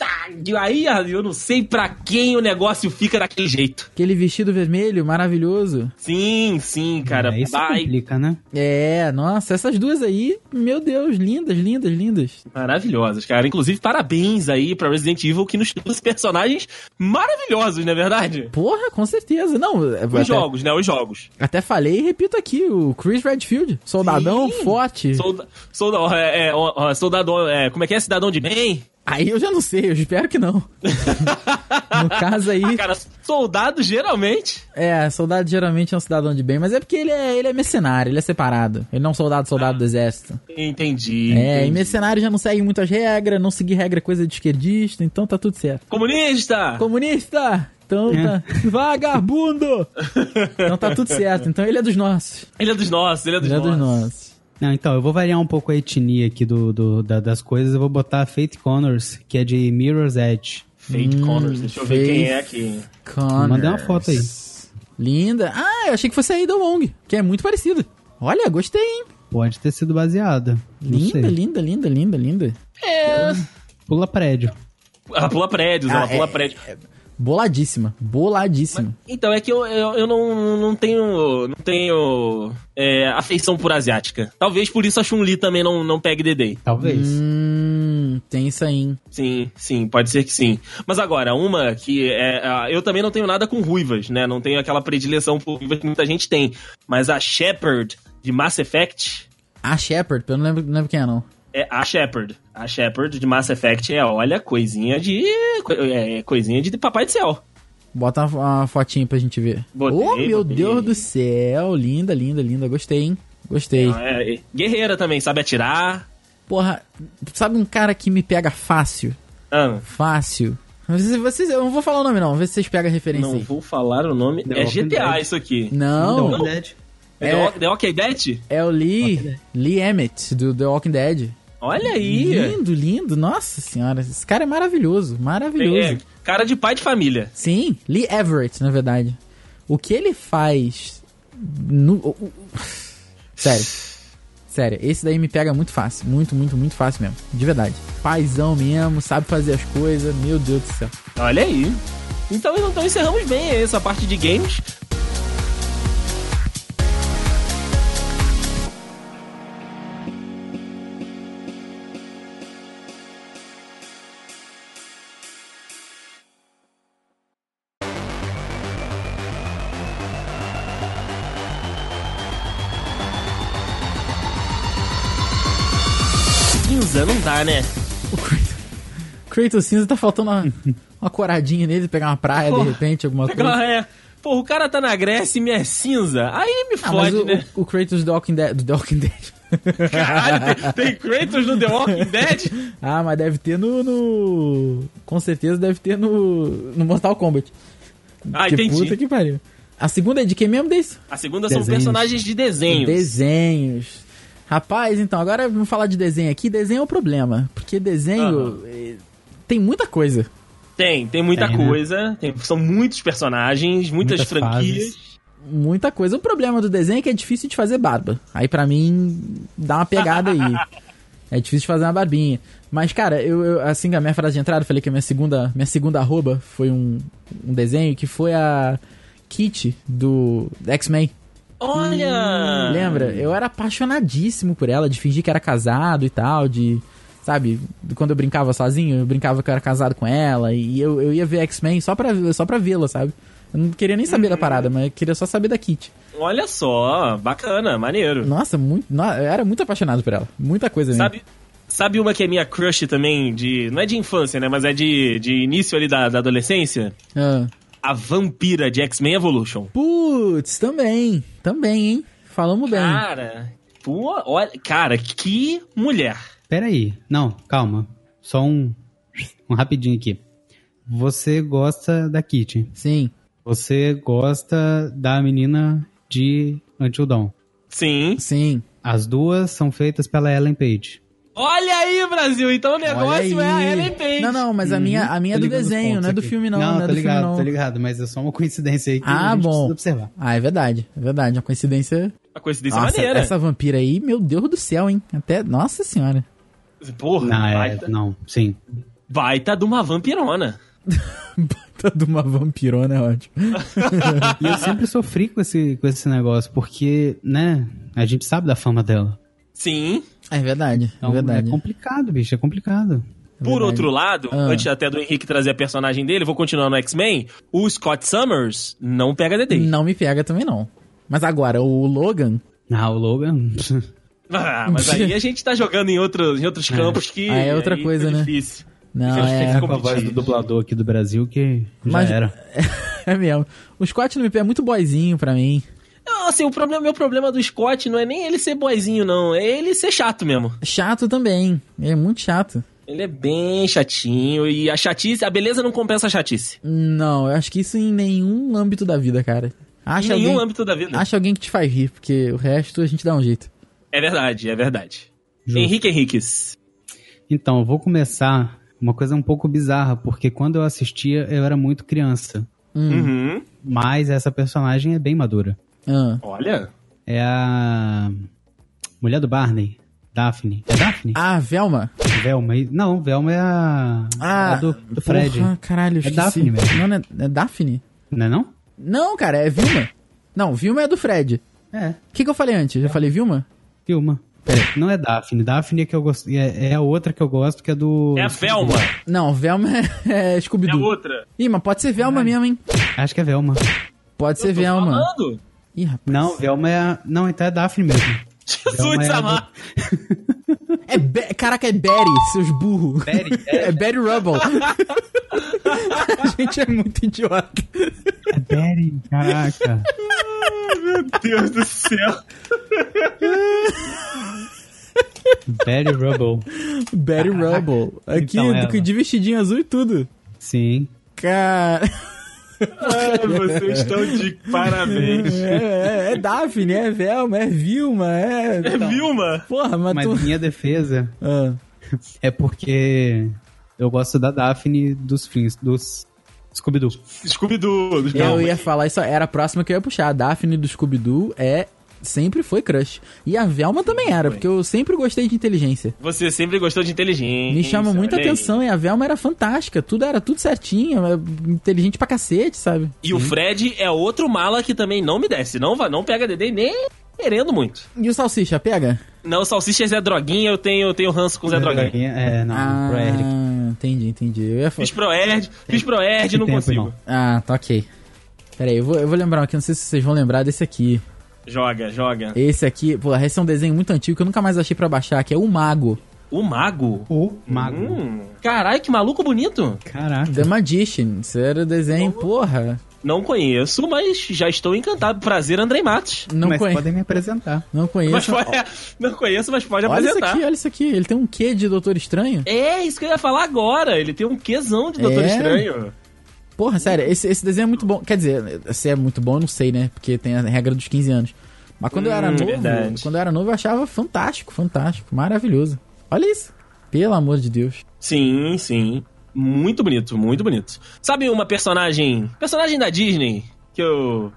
[SPEAKER 3] Puta, aí eu não sei pra quem o negócio fica daquele jeito.
[SPEAKER 2] Aquele vestido vermelho maravilhoso.
[SPEAKER 3] Sim, sim, cara.
[SPEAKER 4] Aí isso
[SPEAKER 3] Vai.
[SPEAKER 4] complica, né?
[SPEAKER 2] É, nossa, essas duas aí, meu Deus, lindas, lindas, lindas.
[SPEAKER 3] Maravilhosas, cara. Inclusive, parabéns aí pra Resident Evil que nos trouxe *laughs* personagens maravilhosos, não é verdade?
[SPEAKER 2] Porra, com certeza. Não, é-
[SPEAKER 3] Os
[SPEAKER 2] até,
[SPEAKER 3] jogos, né? Os jogos.
[SPEAKER 2] até falei e repito aqui, o Chris Redfield, soldadão
[SPEAKER 3] Sim.
[SPEAKER 2] forte.
[SPEAKER 3] Solda, solda, é, é, ó, ó, soldado, é, como é que é? Cidadão de bem?
[SPEAKER 2] Aí eu já não sei, eu espero que
[SPEAKER 4] *laughs*
[SPEAKER 2] não. no caso aí,
[SPEAKER 3] Ah, cara, soldado geralmente.
[SPEAKER 2] é, soldado geralmente é um cidadão de bem, mas é porque ele é, ele é mercenário, ele é separado. Ele não é um soldado, soldado
[SPEAKER 4] Ah,
[SPEAKER 2] do exércento.
[SPEAKER 3] Entendi.
[SPEAKER 2] É, e
[SPEAKER 3] entendi.
[SPEAKER 2] mercenário já não segue muitas regras, não seguir regra é coisa de esquerdista, então tá tudo certo.
[SPEAKER 3] Comunista!
[SPEAKER 2] Comunista! Então
[SPEAKER 4] É. *laughs*
[SPEAKER 2] tá. Vagabundo! então tá tudo certo. Então ele é dos nossos.
[SPEAKER 3] Ele é dos nossos, ele é dos
[SPEAKER 2] Ele é dos
[SPEAKER 3] nossos.
[SPEAKER 2] nossos.
[SPEAKER 4] Não, então, eu vou variar um pouco a etnia aqui do, do- da- das coisas. Eu vou botar a Faith Connors, que é de Mirror's Edge.
[SPEAKER 3] Fate
[SPEAKER 2] Hum,
[SPEAKER 3] Connors, deixa eu ver
[SPEAKER 2] Faith.
[SPEAKER 3] quem é aqui.
[SPEAKER 2] Connors.
[SPEAKER 4] Mandei uma foto aí.
[SPEAKER 2] Linda. Ah, eu achei que fosse a Ada Wong, que é muito parecida. Olha, gostei, hein?
[SPEAKER 4] Pode ter sido baseada. Não
[SPEAKER 2] Linda,
[SPEAKER 4] sei.
[SPEAKER 2] linda, linda, linda, linda.
[SPEAKER 4] Pula prédio.
[SPEAKER 3] Ela pula prédios, ela
[SPEAKER 2] Ah,
[SPEAKER 3] pula
[SPEAKER 2] é,
[SPEAKER 3] prédios.
[SPEAKER 2] Boladíssima, boladíssima.
[SPEAKER 3] Então, é que eu, eu, eu não, não tenho, não tenho é, afeição por asiática. Talvez por isso a Chun-Li também não, não pegue DD.
[SPEAKER 4] Talvez.
[SPEAKER 2] Hum, tem isso aí. hein?
[SPEAKER 3] Sim, sim, pode ser que sim. Mas agora, uma que é. a- Eu também não tenho nada com ruivas, né? Não tenho aquela predileção por ruivas que muita gente tem. Mas a Shepard de Mass Effect
[SPEAKER 2] A Shepard, eu não lembro, não lembro quem é, não.
[SPEAKER 3] é a Shepard. A Shepard de Mass Effect é, olha, coisinha de. co- é, coisinha de Papai do Céu.
[SPEAKER 2] Bota uma, uma fotinha pra gente ver.
[SPEAKER 3] Botei,
[SPEAKER 2] oh, meu
[SPEAKER 3] botei.
[SPEAKER 2] Deus do céu. Linda, linda, linda. Gostei, hein? Gostei.
[SPEAKER 3] É, é, guerreira também, sabe atirar.
[SPEAKER 2] Porra, sabe um cara que me pega fácil?
[SPEAKER 3] Ah,
[SPEAKER 2] Fácil. Vocês, vocês- eu não vou falar o nome, não. Vamos ver se vocês pegam a referência
[SPEAKER 3] não
[SPEAKER 2] aí.
[SPEAKER 3] vou falar o nome.
[SPEAKER 4] The
[SPEAKER 3] é
[SPEAKER 4] Walking
[SPEAKER 3] GTA
[SPEAKER 4] Dead.
[SPEAKER 3] isso aqui.
[SPEAKER 2] Não,
[SPEAKER 4] Então, Dead.
[SPEAKER 3] É
[SPEAKER 2] É.
[SPEAKER 3] The, The Walking Dead?
[SPEAKER 2] é o Lee, Lee Emmett, do The Walking Dead.
[SPEAKER 3] Olha aí.
[SPEAKER 2] Lindo, lindo. Nossa senhora, esse cara é maravilhoso, maravilhoso.
[SPEAKER 3] É, cara de pai de família.
[SPEAKER 2] Sim, Lee Everett, na verdade. O que ele faz. No... o- o- Sério. Sério, esse daí me pega muito fácil. Muito, muito, muito fácil mesmo. De verdade. Paizão mesmo, sabe fazer as coisas. Meu Deus do céu.
[SPEAKER 3] Olha aí. Então, então encerramos bem essa parte de games. Cinza não dá, né?
[SPEAKER 2] O Kratos, Kratos Cinza tá faltando uma, uma coradinha nele, pegar uma praia de
[SPEAKER 3] Porra.
[SPEAKER 2] repente, alguma coisa.
[SPEAKER 3] Aquela, é, pô, o cara tá na Grécia e me é cinza. Aí me
[SPEAKER 2] Ah, mas
[SPEAKER 3] fode,
[SPEAKER 2] o,
[SPEAKER 3] né?
[SPEAKER 2] o Kratos do The Walking Dead. Do The Walking Dead. *laughs*
[SPEAKER 3] Caralho, tem, tem Kratos no The Walking Dead?
[SPEAKER 2] *laughs* Ah, mas deve ter no, no- Com certeza deve ter no. No Mortal Kombat.
[SPEAKER 3] Ah,
[SPEAKER 2] que
[SPEAKER 3] entendi.
[SPEAKER 2] puta que pariu. A segunda é de quem mesmo desse?
[SPEAKER 3] A segunda são
[SPEAKER 4] Desenhos.
[SPEAKER 3] personagens de desenhos.
[SPEAKER 2] Desenhos. Rapaz, então, agora vamos falar de desenho aqui. Desenho é o problema. Porque desenho eh, tem muita coisa.
[SPEAKER 3] Tem, tem muita
[SPEAKER 4] Tem, né?
[SPEAKER 3] coisa. Tem, são muitos personagens, muitas,
[SPEAKER 4] Muitas
[SPEAKER 3] franquias.
[SPEAKER 2] Muita coisa. O problema do desenho é que é difícil de fazer barba. Aí pra mim dá uma pegada aí.
[SPEAKER 3] *laughs*
[SPEAKER 2] É difícil de fazer uma barbinha. Mas, cara, eu, eu- assim que a minha frase de entrada, eu falei que a minha segunda, minha segunda arroba foi um, um desenho que foi a Kit do X-Men.
[SPEAKER 3] Olha!
[SPEAKER 2] Hum, Lembra? Eu era apaixonadíssimo por ela, de fingir que era casado e tal, de. Sabe, de quando eu brincava sozinho, eu brincava que eu era casado com ela, e eu, eu ia ver X-Men só pra, só pra vê-la, sabe? Eu não queria nem saber da
[SPEAKER 3] Uhum.
[SPEAKER 2] parada, mas eu queria só saber da Kit.
[SPEAKER 3] Olha só, bacana, maneiro.
[SPEAKER 2] Nossa, muito, no- eu era muito apaixonado por ela. Muita coisa mesmo.
[SPEAKER 3] Sabe, sabe uma que é minha crush também, de. Não é de infância, né? Mas é de, de início ali da, da adolescência?
[SPEAKER 2] Ah.
[SPEAKER 3] A vampira de X-Men Evolution.
[SPEAKER 2] Putz, também. Também, hein? Falamos bem.
[SPEAKER 3] Cara, pô, olha, cara, que mulher.
[SPEAKER 4] Peraí. Não, calma. Só um, um rapidinho aqui. Você gosta da Kitty.
[SPEAKER 2] Sim.
[SPEAKER 4] Você gosta da menina de Until Dawn.
[SPEAKER 3] Sim.
[SPEAKER 2] Sim.
[SPEAKER 4] As duas são feitas pela Ellen Page.
[SPEAKER 3] Olha aí, Brasil. Então o
[SPEAKER 2] Olha
[SPEAKER 3] negócio é a
[SPEAKER 2] aí.
[SPEAKER 3] Ellen Page.
[SPEAKER 2] Não, não, mas a minha, a minha é
[SPEAKER 4] Uhum. Tô
[SPEAKER 2] do
[SPEAKER 4] ligando os
[SPEAKER 2] desenho,
[SPEAKER 4] pontos
[SPEAKER 2] não é do
[SPEAKER 4] aqui.
[SPEAKER 2] filme não, não, é
[SPEAKER 4] tô
[SPEAKER 2] do
[SPEAKER 4] ligado,
[SPEAKER 2] filme não.
[SPEAKER 4] tô ligado, mas é só uma coincidência aí que
[SPEAKER 2] Ah,
[SPEAKER 4] a gente
[SPEAKER 2] bom.
[SPEAKER 4] precisa observar.
[SPEAKER 2] Ah, é verdade, é verdade. Uma coincidência.
[SPEAKER 3] A coincidência é
[SPEAKER 2] Nossa,
[SPEAKER 3] maneira.
[SPEAKER 2] essa vampira aí, meu Deus do céu, hein? Até. Nossa senhora. *laughs*
[SPEAKER 3] Porra,
[SPEAKER 4] Não, é,
[SPEAKER 3] baita,
[SPEAKER 4] não, sim.
[SPEAKER 3] baita de uma vampirona.
[SPEAKER 2] Puta de uma vampirona, é ótimo.
[SPEAKER 4] E eu sempre sofri com esse, com esse negócio, porque, né, a gente sabe da fama dela.
[SPEAKER 3] Sim.
[SPEAKER 2] É verdade,
[SPEAKER 4] Então,
[SPEAKER 2] é verdade.
[SPEAKER 4] é complicado, bicho, é complicado.
[SPEAKER 3] Por
[SPEAKER 2] verdade.
[SPEAKER 3] outro lado,
[SPEAKER 2] Ah.
[SPEAKER 3] antes até do Henrique trazer a personagem dele, vou continuar no X-Men. O Scott Summers não pega DD.
[SPEAKER 2] Não me pega também não. Mas agora, o Logan.
[SPEAKER 4] Ah, o Logan.
[SPEAKER 3] Ah, mas aí a gente tá jogando em outros, em outros campos que.
[SPEAKER 2] Ah, é outra coisa,
[SPEAKER 3] fica
[SPEAKER 2] né?
[SPEAKER 3] Difícil.
[SPEAKER 2] Não,
[SPEAKER 3] Fica-
[SPEAKER 2] é.
[SPEAKER 3] fica
[SPEAKER 4] com a voz do dublador aqui do Brasil que já
[SPEAKER 2] Mas-
[SPEAKER 4] era.
[SPEAKER 2] *laughs* É mesmo. O Scott no MP é muito boizinho pra mim.
[SPEAKER 3] Não, assim, o problema, meu problema do Scott não é nem ele ser boizinho, não. É ele ser chato mesmo.
[SPEAKER 2] Chato também. É muito chato.
[SPEAKER 3] Ele é bem chatinho e a chatice, a beleza não compensa a chatice.
[SPEAKER 2] Não, eu acho que isso em nenhum âmbito da vida, cara.
[SPEAKER 3] Em
[SPEAKER 2] Acha
[SPEAKER 3] nenhum
[SPEAKER 2] alguém,
[SPEAKER 3] âmbito da vida.
[SPEAKER 2] acha alguém que te faz rir, porque o resto a gente dá um jeito.
[SPEAKER 3] É verdade, é verdade.
[SPEAKER 4] Justo.
[SPEAKER 3] Henrique Henriques.
[SPEAKER 4] Então, eu vou começar uma coisa um pouco bizarra, porque quando eu assistia, eu era muito criança.
[SPEAKER 2] Hum.
[SPEAKER 3] Uhum.
[SPEAKER 4] Mas essa personagem é bem madura.
[SPEAKER 2] Ah.
[SPEAKER 3] Olha.
[SPEAKER 4] É a mulher do Barney, Daphne. É Daphne?
[SPEAKER 2] Ah, Velma.
[SPEAKER 4] Velma. Não, Velma é a, é
[SPEAKER 2] Ah,
[SPEAKER 4] a do, do Fred.
[SPEAKER 2] Porra, caralho,
[SPEAKER 4] É
[SPEAKER 2] esqueci.
[SPEAKER 4] Daphne mesmo.
[SPEAKER 2] Não, não é, é Daphne?
[SPEAKER 4] Não é não?
[SPEAKER 2] Não, cara, é Vilma. Não, Vilma é do Fred.
[SPEAKER 4] É,
[SPEAKER 2] O que, que eu falei antes? Eu falei Vilma?
[SPEAKER 4] Vilma. Não é Daphne. Daphne é, que eu gosto, é, é a outra que eu gosto, que é do...
[SPEAKER 3] É a Velma.
[SPEAKER 2] Não, Velma *laughs* é, é
[SPEAKER 3] É a
[SPEAKER 2] Scooby-Doo.
[SPEAKER 3] outra.
[SPEAKER 2] Ih, mas pode ser Velma mesmo, hein?
[SPEAKER 4] Acho que é Velma.
[SPEAKER 2] Pode ser
[SPEAKER 3] Tô
[SPEAKER 2] Velma.
[SPEAKER 3] falando? *laughs*
[SPEAKER 2] Ih, rapaz.
[SPEAKER 4] Não, Velma é a... Não, então é Daphne mesmo. Velma
[SPEAKER 3] Jesus tá
[SPEAKER 4] é a
[SPEAKER 3] amado.
[SPEAKER 2] É Be- Caraca, é Betty, seus burros. *laughs*
[SPEAKER 4] Betty,
[SPEAKER 2] é. Betty Rubble.
[SPEAKER 4] *laughs*
[SPEAKER 2] A gente é muito idiota.
[SPEAKER 4] É Betty, caraca.
[SPEAKER 3] Meu Deus do céu.
[SPEAKER 4] Betty Rubble.
[SPEAKER 2] Betty Rubble. Aqui,
[SPEAKER 4] Então, ela.
[SPEAKER 2] de vestidinho azul e tudo.
[SPEAKER 4] Sim.
[SPEAKER 2] Cara... *laughs*
[SPEAKER 3] Ai, Ah, vocês estão de *laughs* parabéns.
[SPEAKER 2] É, é, é Daphne, é Velma, é Vilma, é...
[SPEAKER 3] É
[SPEAKER 4] *laughs*
[SPEAKER 3] Vilma?
[SPEAKER 2] Porra, mas,
[SPEAKER 4] Mas
[SPEAKER 2] tu...
[SPEAKER 4] minha defesa
[SPEAKER 2] Ah.
[SPEAKER 4] é porque eu gosto da Daphne dos fins, dos Scooby-Doo.
[SPEAKER 3] Scooby-Doo. dos
[SPEAKER 2] Eu
[SPEAKER 3] Calma.
[SPEAKER 2] ia falar isso, era a próxima que eu ia puxar. A Daphne do Scooby-Doo é... Sempre foi crush. E a Velma também era, porque eu sempre gostei de inteligência.
[SPEAKER 3] Você sempre gostou de inteligência.
[SPEAKER 2] Me chama muita
[SPEAKER 3] olha aí.
[SPEAKER 2] atenção e a Velma era fantástica. Tudo era tudo certinho, é inteligente pra cacete, sabe?
[SPEAKER 3] E o Fred é outro mala que também não me desce. Não, va- não pega DD nem querendo muito.
[SPEAKER 2] E o Salsicha, pega?
[SPEAKER 3] Não, Salsicha é Zé Droguinha, eu tenho, eu tenho ranço com Zé Droguinha.
[SPEAKER 4] É, não, pro
[SPEAKER 2] Ah.
[SPEAKER 4] Eric.
[SPEAKER 2] entendi, entendi. Eu ia falar...
[SPEAKER 3] Fiz Proerd, fiz Proerd, não
[SPEAKER 4] Tempo,
[SPEAKER 3] consigo.
[SPEAKER 4] irmão.
[SPEAKER 2] Ah, tá ok. Pera aí, eu vou, eu vou lembrar aqui, não sei se vocês vão lembrar desse aqui.
[SPEAKER 3] Joga, joga.
[SPEAKER 2] Esse aqui, pô, esse é um desenho muito antigo que eu nunca mais achei pra baixar, que é o Mago.
[SPEAKER 3] O Mago.
[SPEAKER 4] O Mago.
[SPEAKER 3] Hum, caralho, que maluco bonito.
[SPEAKER 4] Caraca.
[SPEAKER 2] The Magician. Isso era o desenho, porra.
[SPEAKER 3] Não conheço, mas já estou encantado. Prazer, Andrei Matos.
[SPEAKER 2] Não,
[SPEAKER 4] Mas
[SPEAKER 2] conhe...
[SPEAKER 4] podem me apresentar.
[SPEAKER 2] não
[SPEAKER 3] Mas
[SPEAKER 2] conheço.
[SPEAKER 3] pode- *laughs* não conheço, mas pode
[SPEAKER 2] Olha isso
[SPEAKER 3] apresentar.
[SPEAKER 2] aqui, olha isso aqui. Ele tem um quê de Doutor Estranho?
[SPEAKER 3] É, isso que eu ia falar agora. Ele tem um quesão de Doutor
[SPEAKER 2] É?
[SPEAKER 3] Estranho. Hum.
[SPEAKER 2] Porra, sério, esse, esse desenho é muito bom. Quer dizer, se é muito bom, eu não sei, né? Porque tem a regra dos 15 anos. Mas quando eu era
[SPEAKER 3] Hum,
[SPEAKER 2] novo,
[SPEAKER 3] verdade.
[SPEAKER 2] quando eu era novo eu achava fantástico, fantástico, maravilhoso. Olha isso. Pelo amor de Deus.
[SPEAKER 3] Sim, sim. Muito bonito, muito bonito. Sabe uma personagem. Personagem da Disney que eu.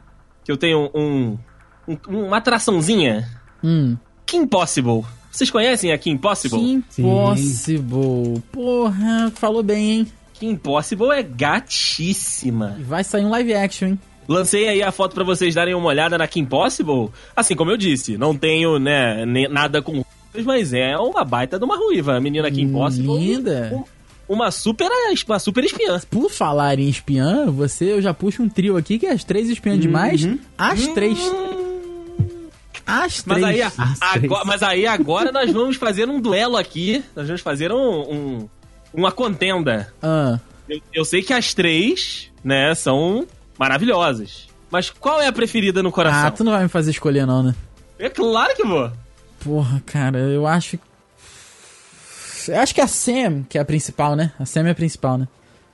[SPEAKER 3] que eu tenho um. um- uma atraçãozinha?
[SPEAKER 2] Hum.
[SPEAKER 3] Kim Possible. Vocês conhecem a Kim Possible?
[SPEAKER 2] Kim
[SPEAKER 4] Sim.
[SPEAKER 2] Possible. Porra, falou bem, hein?
[SPEAKER 3] Kim Possible é gatíssima.
[SPEAKER 2] E vai sair um live action, hein?
[SPEAKER 3] Lancei aí a foto pra vocês darem uma olhada na Kim Possible. Assim, como eu disse, não tenho, né, ne- nada com ruivas, mas é uma baita de uma ruiva. A menina Kim Possible.
[SPEAKER 2] Linda.
[SPEAKER 3] Uma super, uma super espiã.
[SPEAKER 2] Por falar em espiã, você eu já puxo um trio aqui que é as três espiãs demais.
[SPEAKER 3] Uhum.
[SPEAKER 2] As três. As três.
[SPEAKER 3] Hum. Mas aí, a-
[SPEAKER 4] Ah, três.
[SPEAKER 3] agora, mas aí agora nós vamos fazer um duelo aqui. Nós vamos fazer um, um- uma contenda.
[SPEAKER 2] Ah,
[SPEAKER 3] Eu, eu sei que as três, né, são maravilhosas. Mas qual é a preferida no
[SPEAKER 2] ah,
[SPEAKER 3] coração?
[SPEAKER 2] tu não vai me fazer escolher, não, né?
[SPEAKER 3] É claro que vou.
[SPEAKER 2] Porra, cara, eu acho. Eu acho que a Sam, que é a principal, né? A Sam é a principal, né?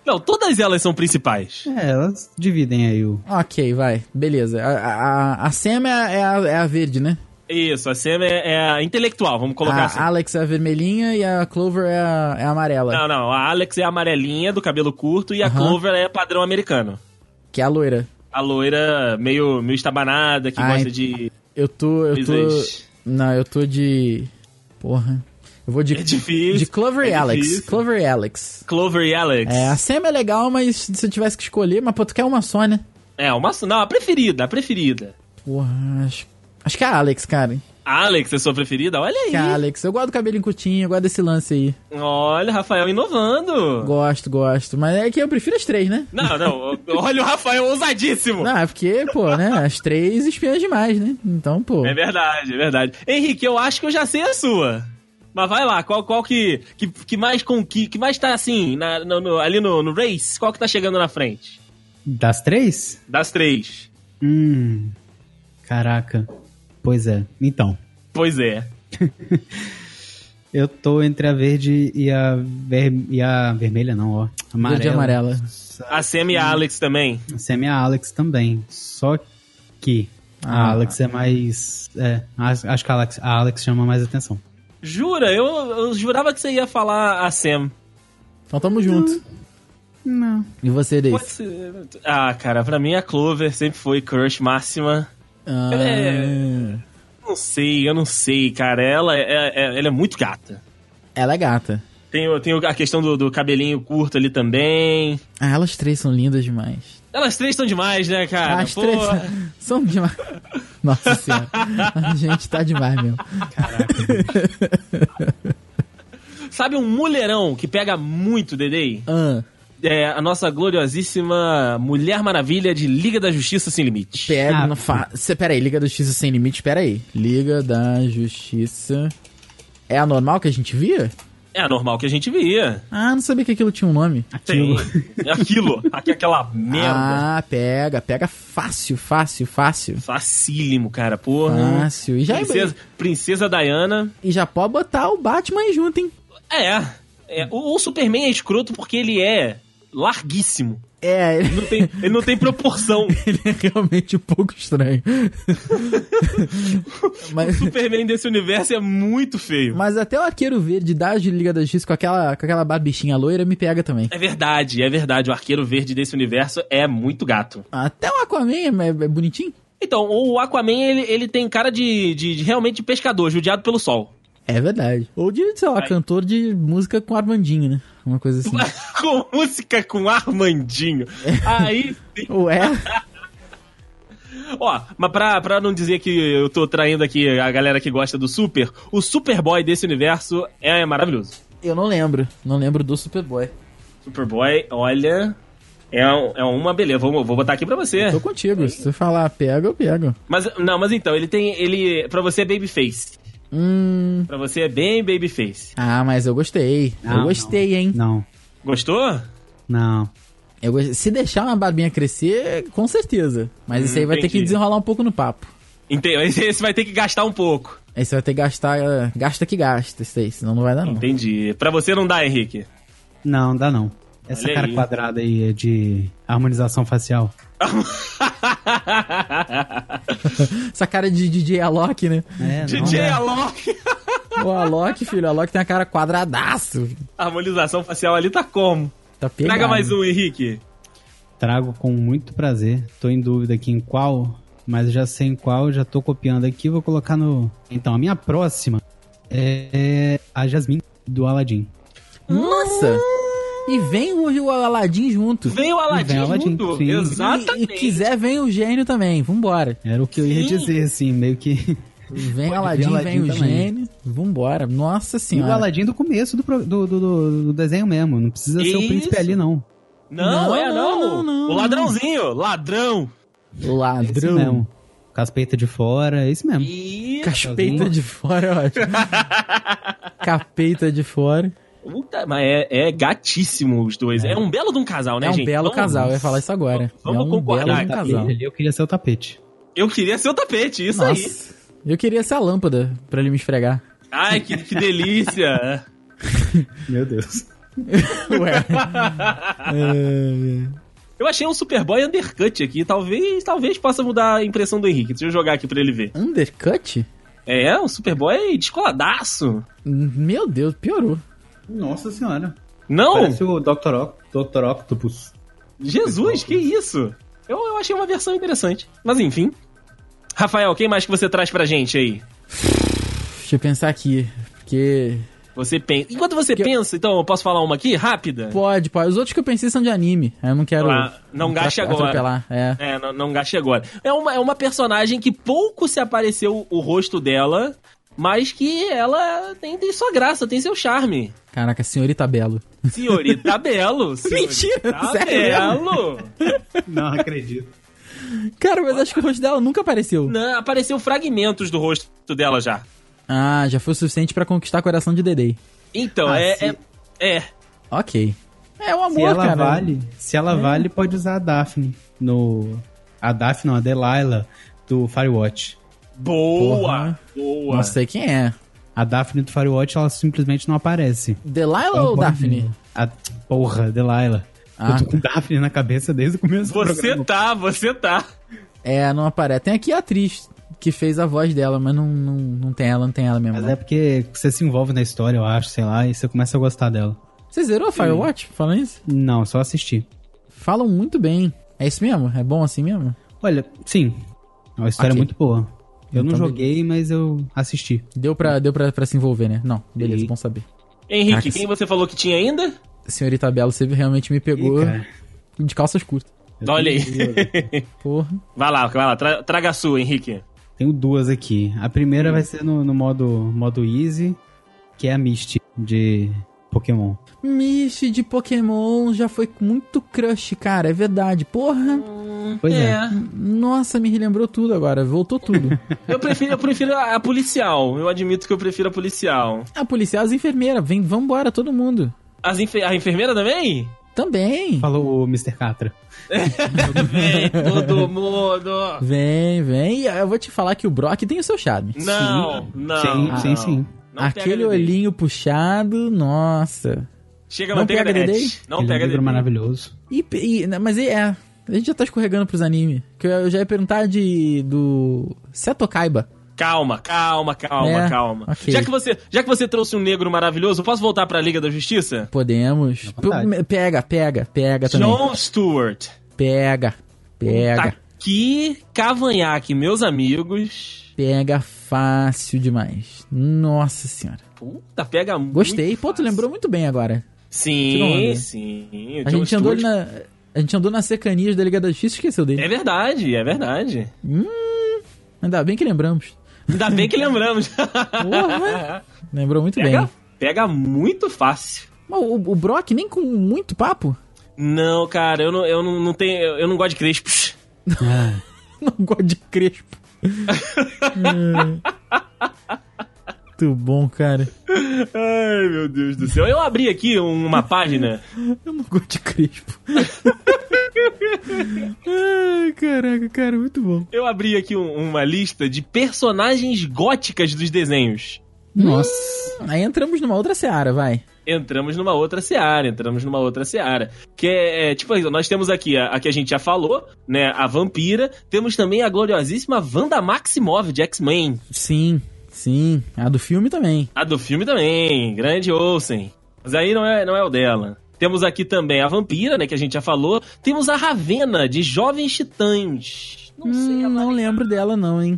[SPEAKER 3] Não, todas elas são principais.
[SPEAKER 4] É, elas dividem aí o.
[SPEAKER 2] Ok, vai. Beleza. A, a, a Sam é, a- é a, é a verde, né?
[SPEAKER 3] Isso, a Sam é, é a intelectual, vamos colocar
[SPEAKER 2] A
[SPEAKER 3] assim.
[SPEAKER 2] Alex é a vermelhinha e a Clover é a, é a amarela,
[SPEAKER 3] Não, não, a Alex é a amarelinha, do cabelo curto, e a
[SPEAKER 2] Aham.
[SPEAKER 3] Clover é padrão americano.
[SPEAKER 2] que é a loira.
[SPEAKER 3] A loira meio, meio estabanada, que
[SPEAKER 2] Ah,
[SPEAKER 3] gosta
[SPEAKER 2] ent-
[SPEAKER 3] de
[SPEAKER 2] Eu tô. Eu tô.
[SPEAKER 3] coisas...
[SPEAKER 2] Não, eu tô de. Porra. Eu vou de.
[SPEAKER 3] É difícil.
[SPEAKER 2] De Clover e
[SPEAKER 3] é
[SPEAKER 2] Alex.
[SPEAKER 3] difícil.
[SPEAKER 2] Clover e Alex.
[SPEAKER 3] Clover e Alex.
[SPEAKER 2] É, a Sam é legal, mas se eu tivesse que escolher, mas pô, tu quer uma só, né?
[SPEAKER 3] É, uma. Não, a preferida, a preferida.
[SPEAKER 2] Porra, acho, acho que é a Alex, cara.
[SPEAKER 3] A Alex é sua preferida? Olha aí.
[SPEAKER 2] Que é a Alex. Eu gosto do cabelo em cutinho, eu gosto desse lance aí.
[SPEAKER 3] Olha, Rafael inovando.
[SPEAKER 2] Gosto, gosto. Mas é que eu prefiro as três, né?
[SPEAKER 3] Não, não. Olha o Rafael ousadíssimo.
[SPEAKER 2] Não, é porque, pô, né? As três espiãs demais, né? Então, pô.
[SPEAKER 3] É verdade, é verdade. Henrique, eu acho que eu já sei a sua. Mas vai lá, qual, qual que, que, que mais com que, que mais tá assim, na- no- no- ali no, no race? Qual que tá chegando na frente?
[SPEAKER 4] Das três?
[SPEAKER 3] Das três.
[SPEAKER 4] Hum. Caraca. Pois é. Então.
[SPEAKER 3] Pois é.
[SPEAKER 4] Eu tô entre a verde e a, ver... e a vermelha, não, ó. Amarela.
[SPEAKER 2] Verde e amarela.
[SPEAKER 3] A Sam e a Alex também.
[SPEAKER 4] Essa é minha Alex também. Só que a
[SPEAKER 2] Ah.
[SPEAKER 4] Alex é mais. É, acho acho que a Alex, a Alex chama mais atenção.
[SPEAKER 3] Jura? Eu, eu jurava que você ia falar a Sam.
[SPEAKER 2] Então tamo junto.
[SPEAKER 4] Não.
[SPEAKER 2] E você,
[SPEAKER 3] Pode
[SPEAKER 2] Dave?
[SPEAKER 3] ser. Ah, cara, pra mim a Clover sempre foi crush máxima.
[SPEAKER 2] Ah,
[SPEAKER 3] É. Não sei, eu não sei, cara. Ela é, é- ela é muito gata.
[SPEAKER 2] Ela é gata.
[SPEAKER 3] Tem, o- tem o- a questão do, do cabelinho curto ali também.
[SPEAKER 2] Ah, elas três são lindas demais.
[SPEAKER 3] Elas três estão demais, né, cara?
[SPEAKER 2] As
[SPEAKER 3] Pô,
[SPEAKER 2] três *laughs* são demais. Nossa senhora. A gente tá demais mesmo.
[SPEAKER 3] Sabe um mulherão que pega muito, Dedei?
[SPEAKER 2] Ah,
[SPEAKER 3] É a nossa gloriosíssima Mulher Maravilha de Liga da Justiça Sem Limite.
[SPEAKER 2] pega.
[SPEAKER 4] Ah,
[SPEAKER 2] não fa... Cê, pera aí, Liga da Justiça Sem Limite, pera aí. Liga da Justiça. É a normal que a gente via?
[SPEAKER 3] É a normal que a gente via.
[SPEAKER 2] Ah, não sabia que aquilo tinha um nome.
[SPEAKER 3] Tem. Aquilo. aqui- é Aquela merda.
[SPEAKER 2] Ah, pega. Pega fácil, fácil, fácil.
[SPEAKER 3] Facílimo, cara, porra.
[SPEAKER 2] Fácil. E já, é
[SPEAKER 3] Princesa, Princesa Diana.
[SPEAKER 2] e já pode botar o Batman aí junto, hein?
[SPEAKER 3] É. é. O, o Superman é escroto porque ele é larguíssimo.
[SPEAKER 2] É, *laughs* ele
[SPEAKER 3] Não tem- ele não
[SPEAKER 2] *laughs*
[SPEAKER 3] tem proporção.
[SPEAKER 2] ele é realmente um pouco estranho. Mas...
[SPEAKER 3] O Superman desse universo é muito feio.
[SPEAKER 2] Mas até o arqueiro verde da Liga da Justiça com aquela, com aquela barbichinha loira me pega também.
[SPEAKER 3] É verdade, é verdade. O arqueiro verde desse universo é muito gato.
[SPEAKER 2] Até o Aquaman é, é bonitinho?
[SPEAKER 3] Então, o Aquaman, ele, ele tem cara de, de, de realmente de pescador, judiado pelo sol. *laughs*
[SPEAKER 2] É verdade. Ou de, sei lá,
[SPEAKER 3] Aí.
[SPEAKER 2] cantor de música com Armandinho, né? Uma coisa assim.
[SPEAKER 3] com música com Armandinho. Aí, sim.
[SPEAKER 2] Ué?
[SPEAKER 3] ó, mas pra, pra não dizer que eu tô traindo aqui a galera que gosta do Super, o Superboy desse universo é maravilhoso.
[SPEAKER 2] Eu não lembro. Não lembro do Superboy.
[SPEAKER 3] Superboy, olha. É, um- é uma beleza. Vou, vou botar aqui pra você.
[SPEAKER 2] Tô contigo. Se você falar pega, eu pego.
[SPEAKER 3] Mas, não, mas então, ele tem. Ele. Pra você é babyface.
[SPEAKER 2] Hum.
[SPEAKER 3] Pra você é bem babyface.
[SPEAKER 2] Ah, mas eu gostei.
[SPEAKER 4] Não,
[SPEAKER 2] eu gostei, hein?
[SPEAKER 4] Não,
[SPEAKER 3] Gostou?
[SPEAKER 4] não.
[SPEAKER 2] Eu gostei. Se deixar uma barbinha crescer, com certeza. Mas isso aí vai ter que
[SPEAKER 3] Hum, entendi.
[SPEAKER 2] desenrolar um pouco no papo.
[SPEAKER 3] *laughs* Entendeu? Esse, esse vai ter que gastar um pouco.
[SPEAKER 2] Aí você vai ter que gastar. eh, Gasta que gasta, isso aí. Senão não vai dar, não.
[SPEAKER 3] Entendi. Pra você não
[SPEAKER 2] *laughs*
[SPEAKER 3] dá, Henrique.
[SPEAKER 4] Não, dá não. Essa
[SPEAKER 3] Olha
[SPEAKER 4] cara
[SPEAKER 3] aí.
[SPEAKER 4] quadrada aí é de harmonização facial.
[SPEAKER 2] Essa cara de DJ Alok, né?
[SPEAKER 4] É,
[SPEAKER 3] DJ
[SPEAKER 4] não,
[SPEAKER 3] Alok!
[SPEAKER 2] O Alok, filho, o Alok tem a cara quadradaço.
[SPEAKER 3] A harmonização facial ali tá como?
[SPEAKER 2] Tá pegado.
[SPEAKER 3] Traga mais um, Henrique.
[SPEAKER 4] trago com muito prazer. Tô em dúvida aqui em qual, mas já sei em qual, já tô copiando aqui, vou colocar no. Então, a minha próxima é a Jasmine do Aladdin.
[SPEAKER 2] Nossa! E vem o, o Aladdin junto.
[SPEAKER 3] Vem o Aladim
[SPEAKER 4] Vem o Aladdin,
[SPEAKER 3] junto.
[SPEAKER 4] sim.
[SPEAKER 2] E, e
[SPEAKER 3] Exatamente.
[SPEAKER 2] quiser, vem o gênio também. Vambora.
[SPEAKER 4] Era o que eu ia
[SPEAKER 3] Sim.
[SPEAKER 4] dizer, assim, meio *laughs* que.
[SPEAKER 2] Vem o
[SPEAKER 4] vir
[SPEAKER 2] Aladdin,
[SPEAKER 4] Aladdin
[SPEAKER 2] vem o
[SPEAKER 4] também.
[SPEAKER 2] gênio. Vambora. Nossa
[SPEAKER 4] E o
[SPEAKER 2] senhora.
[SPEAKER 4] Aladdin do começo do, pro- do, do, do- do desenho mesmo. Não precisa ser o
[SPEAKER 3] Isso.
[SPEAKER 4] príncipe ali, não.
[SPEAKER 3] Não,
[SPEAKER 2] Não,
[SPEAKER 3] é não.
[SPEAKER 2] não, não,
[SPEAKER 3] o ladrãozinho, ladrão.
[SPEAKER 4] É Esse
[SPEAKER 2] Ladrão.
[SPEAKER 4] mesmo. Com as peitas de fora, é isso mesmo.
[SPEAKER 3] E...
[SPEAKER 2] Caspeita de fora, eu acho. Capeita de fora.
[SPEAKER 3] Puta, mas é, é gatíssimo os dois. É. um belo de um casal, né,
[SPEAKER 2] é um
[SPEAKER 3] gente?
[SPEAKER 2] belo
[SPEAKER 3] Vamos-
[SPEAKER 2] casal, eu ia falar isso agora. é
[SPEAKER 3] Vamos
[SPEAKER 2] um
[SPEAKER 3] concordar,
[SPEAKER 2] belo de um
[SPEAKER 4] Tapete
[SPEAKER 2] casal.
[SPEAKER 4] ali, eu queria ser o tapete.
[SPEAKER 3] Eu queria ser o tapete, isso aí.
[SPEAKER 2] Nossa. Eu queria essa lâmpada pra ele me esfregar.
[SPEAKER 3] Ai, que,
[SPEAKER 2] *laughs*
[SPEAKER 3] que delícia.
[SPEAKER 4] Meu Deus.
[SPEAKER 2] Ué. *laughs* É,
[SPEAKER 3] Eu achei um Superboy undercut aqui. Talvez talvez possa mudar a impressão do Henrique. Deixa eu jogar aqui pra ele ver.
[SPEAKER 2] Undercut?
[SPEAKER 3] É, um Superboy descoladaço.
[SPEAKER 2] Meu Deus, piorou.
[SPEAKER 4] Nossa senhora.
[SPEAKER 2] Oh!
[SPEAKER 3] Não?
[SPEAKER 4] Parece o Dr. Oc- Dr. Octopus.
[SPEAKER 3] Jesus, que isso? Eu, eu achei uma versão interessante. Mas enfim. Rafael, quem mais que você traz pra gente aí?
[SPEAKER 2] Deixa eu pensar aqui, porque...
[SPEAKER 3] Você pensa. Enquanto você
[SPEAKER 2] Que-
[SPEAKER 3] pensa, então eu posso falar uma aqui? Rápida?
[SPEAKER 2] Pode, pode. Os outros que eu pensei são de anime. Eu não quero...
[SPEAKER 3] Ah, não gaste
[SPEAKER 2] atrap-
[SPEAKER 3] agora.
[SPEAKER 2] Atropelar, é.
[SPEAKER 3] É, não, não gaste agora. É uma, é uma personagem que pouco se apareceu o rosto dela, mas que ela tem, tem sua graça, tem seu charme.
[SPEAKER 2] Caraca, Senhorita Belo.
[SPEAKER 3] Senhorita *laughs* Belo.
[SPEAKER 2] Mentira,
[SPEAKER 3] senhorita
[SPEAKER 2] sério
[SPEAKER 3] Belo.
[SPEAKER 4] *laughs* Não acredito.
[SPEAKER 2] Tá Cara, mas acho que o rosto dela nunca apareceu.
[SPEAKER 3] Não, apareceu fragmentos do rosto dela já.
[SPEAKER 2] Ah, já foi o suficiente pra conquistar o coração de Dedei.
[SPEAKER 3] Então,
[SPEAKER 4] Ah,
[SPEAKER 3] é,
[SPEAKER 4] se-
[SPEAKER 3] é, é.
[SPEAKER 2] Ok. É um amor,
[SPEAKER 4] Se ela
[SPEAKER 2] cara. É.
[SPEAKER 4] vale, se ela vale, pode usar a Daphne no a Daphne, não, a Delilah do Firewatch.
[SPEAKER 3] Boa!
[SPEAKER 4] né?
[SPEAKER 2] Porra.
[SPEAKER 3] Boa!
[SPEAKER 2] Não sei quem é.
[SPEAKER 4] A Daphne do Firewatch, ela simplesmente não aparece.
[SPEAKER 2] Delilah
[SPEAKER 4] Ela
[SPEAKER 2] ou
[SPEAKER 4] pode-
[SPEAKER 2] Daphne?
[SPEAKER 4] A, porra, Delilah.
[SPEAKER 2] Ah,
[SPEAKER 4] Eu tô com Daphne na cabeça desde o começo do
[SPEAKER 3] Você
[SPEAKER 4] programa. é
[SPEAKER 3] tá, você tá.
[SPEAKER 2] É, não aparece. Tem aqui a atriz que fez a voz dela, mas não, não, não tem ela, não tem ela mesmo. né?
[SPEAKER 4] Mas
[SPEAKER 2] não.
[SPEAKER 4] é porque você se envolve na história, eu acho, sei lá, e você começa a gostar dela.
[SPEAKER 2] Você zerou a Firewatch falando isso?
[SPEAKER 4] Não, só assistir.
[SPEAKER 2] Falam muito bem. É isso mesmo? É bom assim mesmo?
[SPEAKER 4] Olha, sim, é uma história
[SPEAKER 2] Ok.
[SPEAKER 4] muito boa. Eu não
[SPEAKER 2] Então,
[SPEAKER 4] joguei, mas eu assisti.
[SPEAKER 2] Deu pra, deu pra, pra se envolver, né? Não, beleza,
[SPEAKER 4] Sim.
[SPEAKER 2] bom saber.
[SPEAKER 3] Henrique,
[SPEAKER 2] Caraca,
[SPEAKER 3] quem você falou que tinha ainda?
[SPEAKER 2] Senhorita Belo, você realmente me pegou
[SPEAKER 4] Ih, cara,
[SPEAKER 2] de calças curtas.
[SPEAKER 4] eu
[SPEAKER 3] Olha aí.
[SPEAKER 4] tenho duas.
[SPEAKER 2] Porra.
[SPEAKER 3] Vai lá, vai lá, tra- traga a sua, Henrique.
[SPEAKER 4] Tenho duas aqui. A
[SPEAKER 3] Hum.
[SPEAKER 4] primeira vai ser no, no modo, modo easy, que é a Misty de Pokémon.
[SPEAKER 2] Mish de Pokémon já foi muito crush, cara, é verdade. Porra,
[SPEAKER 4] Pois é.
[SPEAKER 2] nossa, me relembrou tudo agora, voltou
[SPEAKER 4] *laughs*
[SPEAKER 2] tudo.
[SPEAKER 3] Eu prefiro, eu prefiro a a policial. Eu admito que eu prefiro a policial.
[SPEAKER 2] a policial, as enfermeiras, vem, vambora, todo mundo.
[SPEAKER 3] As enfe- A enfermeira também?
[SPEAKER 2] Também.
[SPEAKER 4] Falou o Mr. Catra.
[SPEAKER 3] Vem, *laughs*
[SPEAKER 4] *laughs*
[SPEAKER 3] todo mundo.
[SPEAKER 2] Vem, vem. E Eu vou te falar que o Brock tem o seu charme.
[SPEAKER 3] Não, não.
[SPEAKER 4] sim,
[SPEAKER 3] não.
[SPEAKER 4] sim, sim.
[SPEAKER 3] Não pega
[SPEAKER 2] Aquele
[SPEAKER 3] Dedê.
[SPEAKER 2] olhinho puxado, nossa.
[SPEAKER 3] Chega,
[SPEAKER 2] Não
[SPEAKER 3] não pega
[SPEAKER 2] pega
[SPEAKER 3] Dedê.
[SPEAKER 2] Dedê?
[SPEAKER 3] Não
[SPEAKER 4] Aquele
[SPEAKER 3] pega
[SPEAKER 4] é um livro
[SPEAKER 3] Dedê.
[SPEAKER 4] maravilhoso.
[SPEAKER 2] E, e- né, mas é, a gente já tá escorregando pros animes. Que eu, eu já ia perguntar de. do. Seto Kaiba.
[SPEAKER 3] Calma, calma, calma,
[SPEAKER 2] É,
[SPEAKER 3] calma.
[SPEAKER 2] ok.
[SPEAKER 3] Já, que você, já que você trouxe um negro maravilhoso, posso voltar pra Liga da Justiça?
[SPEAKER 2] Podemos.
[SPEAKER 4] À vontade.
[SPEAKER 2] P- Pega, pega, pega também.
[SPEAKER 3] John Stewart.
[SPEAKER 2] Pega, pega.
[SPEAKER 3] Tá que cavanhaque, meus amigos.
[SPEAKER 2] Pega fácil demais. Nossa senhora.
[SPEAKER 3] Puta, pega muito.
[SPEAKER 2] Gostei. Pô, tu
[SPEAKER 3] fácil.
[SPEAKER 2] lembrou muito bem agora. Tira
[SPEAKER 3] Sim,
[SPEAKER 2] onda.
[SPEAKER 3] sim. o
[SPEAKER 2] A
[SPEAKER 3] Jon
[SPEAKER 2] gente andou ali
[SPEAKER 3] Stewart-
[SPEAKER 2] na. A gente andou nas secanias da Liga da Justiça e esqueceu dele.
[SPEAKER 3] É verdade, é verdade.
[SPEAKER 2] Ainda bem que lembramos.
[SPEAKER 3] Ainda
[SPEAKER 2] *laughs*
[SPEAKER 3] bem que lembramos. *laughs*
[SPEAKER 2] Porra! Lembrou muito bem.
[SPEAKER 3] pega, pega muito fácil.
[SPEAKER 2] Mas o, o Brock nem com muito papo. *laughs*
[SPEAKER 3] Não, cara, eu não, eu não, não tenho. Eu não gosto de crespos.
[SPEAKER 4] Ah,
[SPEAKER 2] Não gosta de
[SPEAKER 3] *laughs*
[SPEAKER 2] crespo. É. Muito bom, cara.
[SPEAKER 3] Ai, meu Deus do céu. Eu abri aqui uma página.
[SPEAKER 2] Eu não gosto de
[SPEAKER 3] *laughs*
[SPEAKER 2] crespo. Ai, caraca, cara, muito bom.
[SPEAKER 3] Eu abri aqui um- uma lista de personagens góticas dos desenhos.
[SPEAKER 4] nossa.
[SPEAKER 2] Aí entramos numa outra seara, vai.
[SPEAKER 3] entramos numa outra seara, entramos numa outra seara. Que é, é, tipo, nós temos aqui a, a que a gente já falou, né? A vampira. Temos também a gloriosíssima Wanda Maximov de X-Men.
[SPEAKER 2] Sim, sim. A do filme também.
[SPEAKER 3] A do filme também, grande Olsen. Mas aí não é, não é o dela. Temos aqui também a vampira, né? Que a gente já falou. Temos a Ravena de Jovens Titãs.
[SPEAKER 2] Não, sei,
[SPEAKER 3] a
[SPEAKER 2] Hum, não lembro dela, não, hein?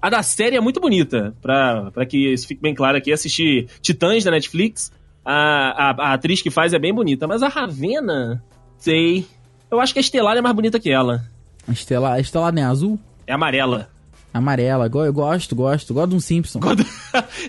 [SPEAKER 3] A da série é muito bonita, pra, pra que isso fique bem claro aqui. Assistir Titãs da Netflix, a, a, a atriz que faz é bem bonita. Mas a Ravena, sei. Eu acho que a Estelar é mais bonita que ela.
[SPEAKER 2] A Estela, a Estela nem é azul?
[SPEAKER 3] É amarela. *laughs*
[SPEAKER 2] Amarela. Go- Eu gosto, gosto. Gosto de um Simpson.
[SPEAKER 3] Quando...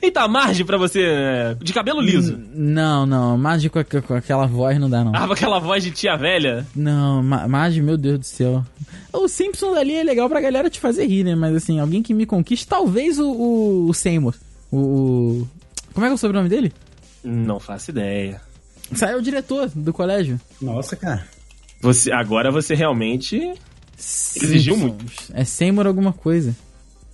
[SPEAKER 3] Eita, a Marge pra você, né, de cabelo liso.
[SPEAKER 2] N- Não, não. Magi com, a- com aquela voz não dá, não.
[SPEAKER 3] Ah, com aquela voz de tia velha.
[SPEAKER 2] Não, Ma- Magi, meu Deus do céu. O Simpsons ali é legal pra galera te fazer rir, né? Mas assim, alguém que me conquiste, talvez o, o, o Seymour. O, o- Como é que é o sobrenome dele?
[SPEAKER 3] Não faço ideia.
[SPEAKER 2] Saiu o diretor do colégio.
[SPEAKER 5] Nossa, cara.
[SPEAKER 3] Você, agora você realmente exigiu muito.
[SPEAKER 2] É Seymour alguma coisa.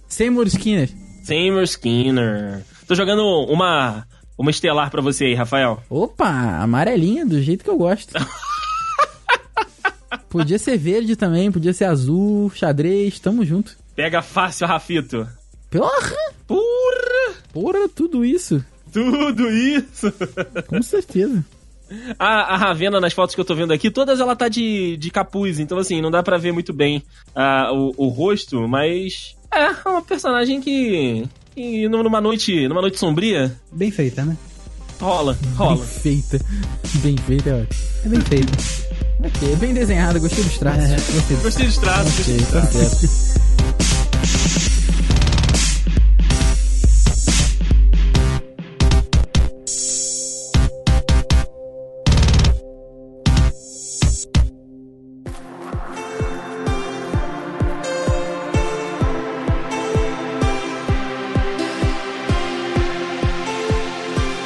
[SPEAKER 2] Seymour Skinner.
[SPEAKER 3] Seymour Skinner. Tô jogando uma, uma estelar pra você aí, Rafael.
[SPEAKER 2] Opa, amarelinha, do jeito que eu
[SPEAKER 3] *laughs*
[SPEAKER 2] gosto. podia ser verde também, podia ser azul, xadrez, tamo junto.
[SPEAKER 3] Pega fácil, Rafito.
[SPEAKER 2] Porra,
[SPEAKER 3] Porra!
[SPEAKER 2] porra, tudo isso.
[SPEAKER 3] Tudo isso!
[SPEAKER 2] Com certeza.
[SPEAKER 3] A, a Ravena, nas fotos que eu tô vendo aqui, todas ela tá de, de capuz, então assim, não dá pra ver muito bem ah, o, o rosto, mas. É, é uma personagem que. que numa noite. numa noite sombria,
[SPEAKER 4] Bem feita, né?
[SPEAKER 3] rola,
[SPEAKER 2] Bem
[SPEAKER 3] rola.
[SPEAKER 2] feita. Bem feita, é ótimo.
[SPEAKER 4] É bem É. feita.
[SPEAKER 2] Ok, bem desenhada, gostei dos
[SPEAKER 3] Ah,
[SPEAKER 2] traços. Gostei dos
[SPEAKER 3] Gostei dos traços, gostei dos traços.
[SPEAKER 2] traços.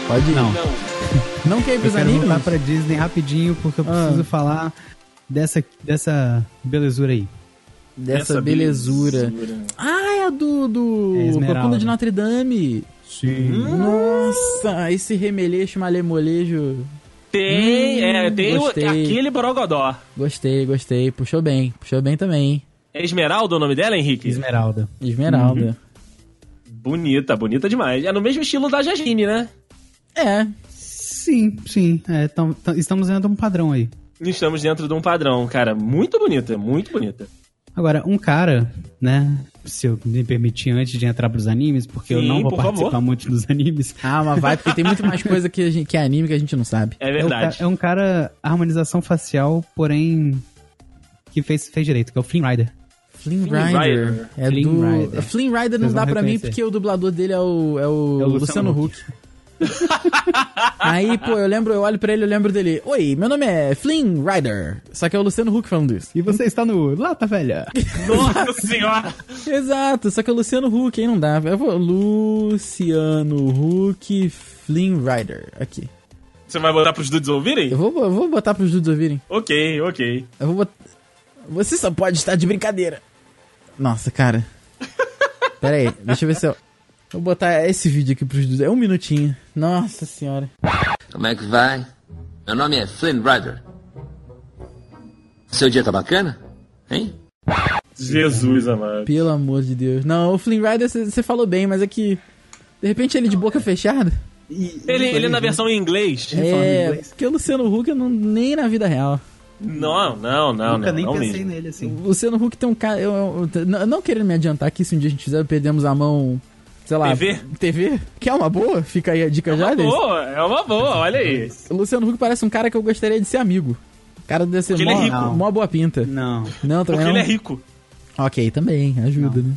[SPEAKER 2] Pode ir. Não,
[SPEAKER 4] Não.
[SPEAKER 3] Não,
[SPEAKER 2] não quer ir
[SPEAKER 4] Eu
[SPEAKER 2] pros
[SPEAKER 4] quero
[SPEAKER 2] animes?
[SPEAKER 4] voltar pra Disney rapidinho, porque eu
[SPEAKER 2] Ah.
[SPEAKER 4] preciso falar dessa, dessa belezura aí.
[SPEAKER 2] Dessa belezura. Ah, é a do, do
[SPEAKER 4] É Esmeralda.
[SPEAKER 2] Corcunda de Notre Dame.
[SPEAKER 4] Sim.
[SPEAKER 3] Hum.
[SPEAKER 2] Nossa, esse remeleixo, malemoleixo.
[SPEAKER 3] Tem, é, tem o-
[SPEAKER 2] Gostei.
[SPEAKER 3] aquele Borogodó.
[SPEAKER 2] Gostei, gostei. Puxou bem, puxou bem também. hein?
[SPEAKER 3] É Esmeralda o nome dela, Henrique?
[SPEAKER 4] Esmeralda.
[SPEAKER 2] Esmeralda.
[SPEAKER 3] Bonita, bonita demais. É no mesmo estilo da Jasmine, né?
[SPEAKER 4] Uhum.
[SPEAKER 2] É,
[SPEAKER 4] Sim, sim. É, tam- tam- estamos vendo um padrão aí.
[SPEAKER 3] Estamos dentro de um padrão, cara. Muito bonita, muito bonita.
[SPEAKER 4] Agora, um cara, né? Se eu me permitir antes de entrar pros animes, porque eu
[SPEAKER 3] Sim,
[SPEAKER 4] não vou
[SPEAKER 3] por
[SPEAKER 4] participar
[SPEAKER 3] favor.
[SPEAKER 4] muito dos animes.
[SPEAKER 2] ah, mas vai, porque tem muito mais coisa que, a gente, que é anime que a gente não sabe.
[SPEAKER 3] É
[SPEAKER 4] É, um
[SPEAKER 3] verdade.
[SPEAKER 4] ca- é um cara, harmonização facial, porém. que fez, fez direito, que é o Flynn Rider.
[SPEAKER 2] Flynn
[SPEAKER 3] Flynn
[SPEAKER 2] Rider.
[SPEAKER 3] Rider.
[SPEAKER 2] É
[SPEAKER 4] Flynn
[SPEAKER 2] do.
[SPEAKER 4] Rider.
[SPEAKER 2] Flynn Rider não
[SPEAKER 4] Vocês
[SPEAKER 2] dá
[SPEAKER 4] vão
[SPEAKER 2] pra mim
[SPEAKER 4] reconhecer.
[SPEAKER 2] porque o dublador dele é o, é o,
[SPEAKER 4] É o
[SPEAKER 2] Luciano
[SPEAKER 4] Luciano
[SPEAKER 2] Huck. Aí, pô, eu lembro, eu olho pra ele, eu lembro dele. Oi, meu nome é Flynn Rider. Só que é o Luciano Huck falando isso.
[SPEAKER 4] E você está no Lata *laughs* Velha.
[SPEAKER 3] Nossa senhora!
[SPEAKER 2] Exato, só que é o Luciano Huck, aí não dá. Eu vou, Luciano Huck Flynn Rider. Aqui.
[SPEAKER 3] Você vai botar pros dudes ouvirem?
[SPEAKER 2] Eu vou, eu vou botar pros dudes ouvirem.
[SPEAKER 3] Ok, ok.
[SPEAKER 2] Eu vou botar. Você só pode estar de brincadeira. Nossa,
[SPEAKER 4] *laughs*
[SPEAKER 2] cara. Pera aí, deixa eu ver se eu. Vou botar esse vídeo aqui pros dudes. É um minutinho. Nossa senhora.
[SPEAKER 6] Como é que vai? Meu nome é Flynn Rider. Seu dia tá bacana? Hein?
[SPEAKER 3] Jesus amado.
[SPEAKER 2] Pelo amor de Deus. Não, o Flynn Rider você falou bem, mas é que. De repente ele de boca fechada?
[SPEAKER 3] Ele, ele é na versão em inglês?
[SPEAKER 4] falando em
[SPEAKER 2] É,
[SPEAKER 4] inglês.
[SPEAKER 2] porque o Luciano Huck eu não, nem na vida real.
[SPEAKER 3] Não, não, não,
[SPEAKER 4] Nunca
[SPEAKER 3] não.
[SPEAKER 4] nem
[SPEAKER 3] não
[SPEAKER 4] pensei
[SPEAKER 3] mesmo.
[SPEAKER 4] nele assim.
[SPEAKER 2] O Luciano Huck tem um cara. Eu, eu- eu- não, não querendo me adiantar que se um dia a gente fizer, perdemos a mão. Sei lá.
[SPEAKER 3] TV?
[SPEAKER 2] TV? Que é uma boa? Fica aí a dica já,
[SPEAKER 3] Uma
[SPEAKER 2] Denis.
[SPEAKER 3] boa, é uma boa, olha aí.
[SPEAKER 2] O Luciano Huck parece um cara que eu gostaria de ser amigo. O cara deve ser
[SPEAKER 3] Porque
[SPEAKER 2] mó,
[SPEAKER 3] ele é rico.
[SPEAKER 2] mó boa pinta.
[SPEAKER 4] Não.
[SPEAKER 2] Não, também
[SPEAKER 3] Porque ele
[SPEAKER 2] não.
[SPEAKER 3] é rico.
[SPEAKER 2] Ok, também, ajuda, né?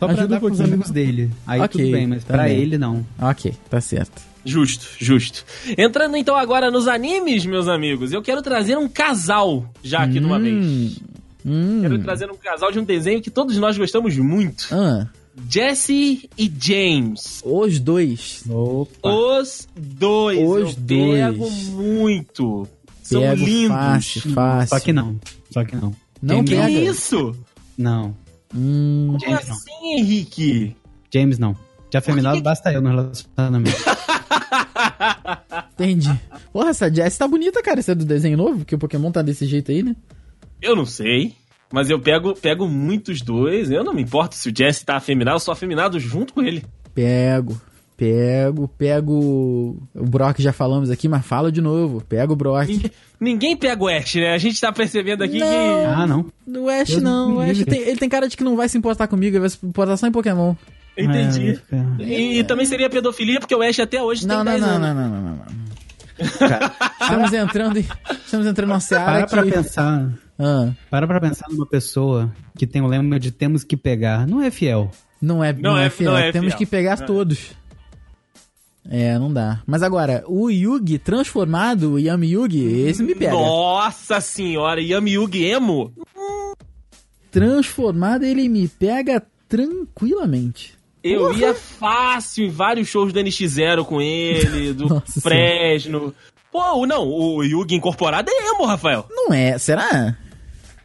[SPEAKER 4] Só pra
[SPEAKER 2] Ajuda um
[SPEAKER 4] andar com os
[SPEAKER 2] pouquinho.
[SPEAKER 4] amigos dele. Aí
[SPEAKER 2] Ok,
[SPEAKER 4] tudo bem, mas pra
[SPEAKER 2] também.
[SPEAKER 4] ele não.
[SPEAKER 2] Ok, tá certo.
[SPEAKER 3] Justo, justo. Entrando então agora nos animes, meus amigos, eu quero trazer um casal já aqui de uma vez.
[SPEAKER 2] Hum.
[SPEAKER 3] Quero trazer um casal de um desenho que todos nós gostamos muito.
[SPEAKER 2] Ah,
[SPEAKER 3] Jesse e James.
[SPEAKER 2] os dois.
[SPEAKER 4] Opa.
[SPEAKER 3] Os dois.
[SPEAKER 2] Os
[SPEAKER 3] eu
[SPEAKER 2] dois.
[SPEAKER 3] pego muito. São
[SPEAKER 2] Pego
[SPEAKER 3] lindos.
[SPEAKER 2] fácil, fácil.
[SPEAKER 4] Só que não. Só que não.
[SPEAKER 2] Não
[SPEAKER 3] É Que
[SPEAKER 4] James,
[SPEAKER 2] pega.
[SPEAKER 3] isso?
[SPEAKER 4] Não.
[SPEAKER 2] Hum,
[SPEAKER 3] Como
[SPEAKER 4] James não.
[SPEAKER 3] assim, Henrique?
[SPEAKER 4] James não. De afeminado, basta eu no relacionamento.
[SPEAKER 2] Entendi. Porra, essa Jess tá bonita, cara. Essa é do desenho novo, porque o Pokémon tá desse jeito aí, né?
[SPEAKER 3] Eu não sei. Mas eu pego, pego muitos dois. Eu não me importo se o Jesse tá afeminado, eu sou afeminado junto com ele.
[SPEAKER 2] Pego, pego, pego. O Brock já falamos aqui, mas fala de novo. Pego o Brock.
[SPEAKER 3] Ninguém, ninguém pega o Ash, né? A gente tá percebendo aqui
[SPEAKER 2] Não.
[SPEAKER 4] Ah, não.
[SPEAKER 2] O Ash
[SPEAKER 4] Deus
[SPEAKER 2] não, o
[SPEAKER 4] me
[SPEAKER 2] Ash
[SPEAKER 4] livre.
[SPEAKER 2] tem, ele tem cara de que não vai se importar comigo, ele vai se importar só em Pokémon.
[SPEAKER 3] que. Entendi.
[SPEAKER 4] É, cara.
[SPEAKER 3] E, e também seria pedofilia, porque o Ash até hoje
[SPEAKER 2] Não,
[SPEAKER 3] tem
[SPEAKER 2] não,
[SPEAKER 3] 10
[SPEAKER 2] não,
[SPEAKER 3] anos.
[SPEAKER 2] não, não, não, não, não. Cara, estamos entrando em, estamos entrando numa
[SPEAKER 4] Para
[SPEAKER 2] seara
[SPEAKER 4] pra
[SPEAKER 2] que...
[SPEAKER 4] pensar.
[SPEAKER 2] Ah,
[SPEAKER 4] Para pra pensar numa pessoa que tem o lema de temos que pegar. Não é fiel.
[SPEAKER 2] não é, não, é, fiel. Temos que pegar
[SPEAKER 3] Não é.
[SPEAKER 2] todos. É, não dá. Mas agora, o Yugi transformado, o Yami Yugi, esse me pega.
[SPEAKER 3] Nossa senhora, Yami Yugi Emo?
[SPEAKER 2] Transformado, ele me pega tranquilamente.
[SPEAKER 3] Eu ia fácil em vários shows do NX0
[SPEAKER 2] *laughs*
[SPEAKER 3] com ele, do
[SPEAKER 2] Nossa
[SPEAKER 3] Fresno. Pô, o- não, o Yugi incorporado é emo, Rafael.
[SPEAKER 2] Não é, será?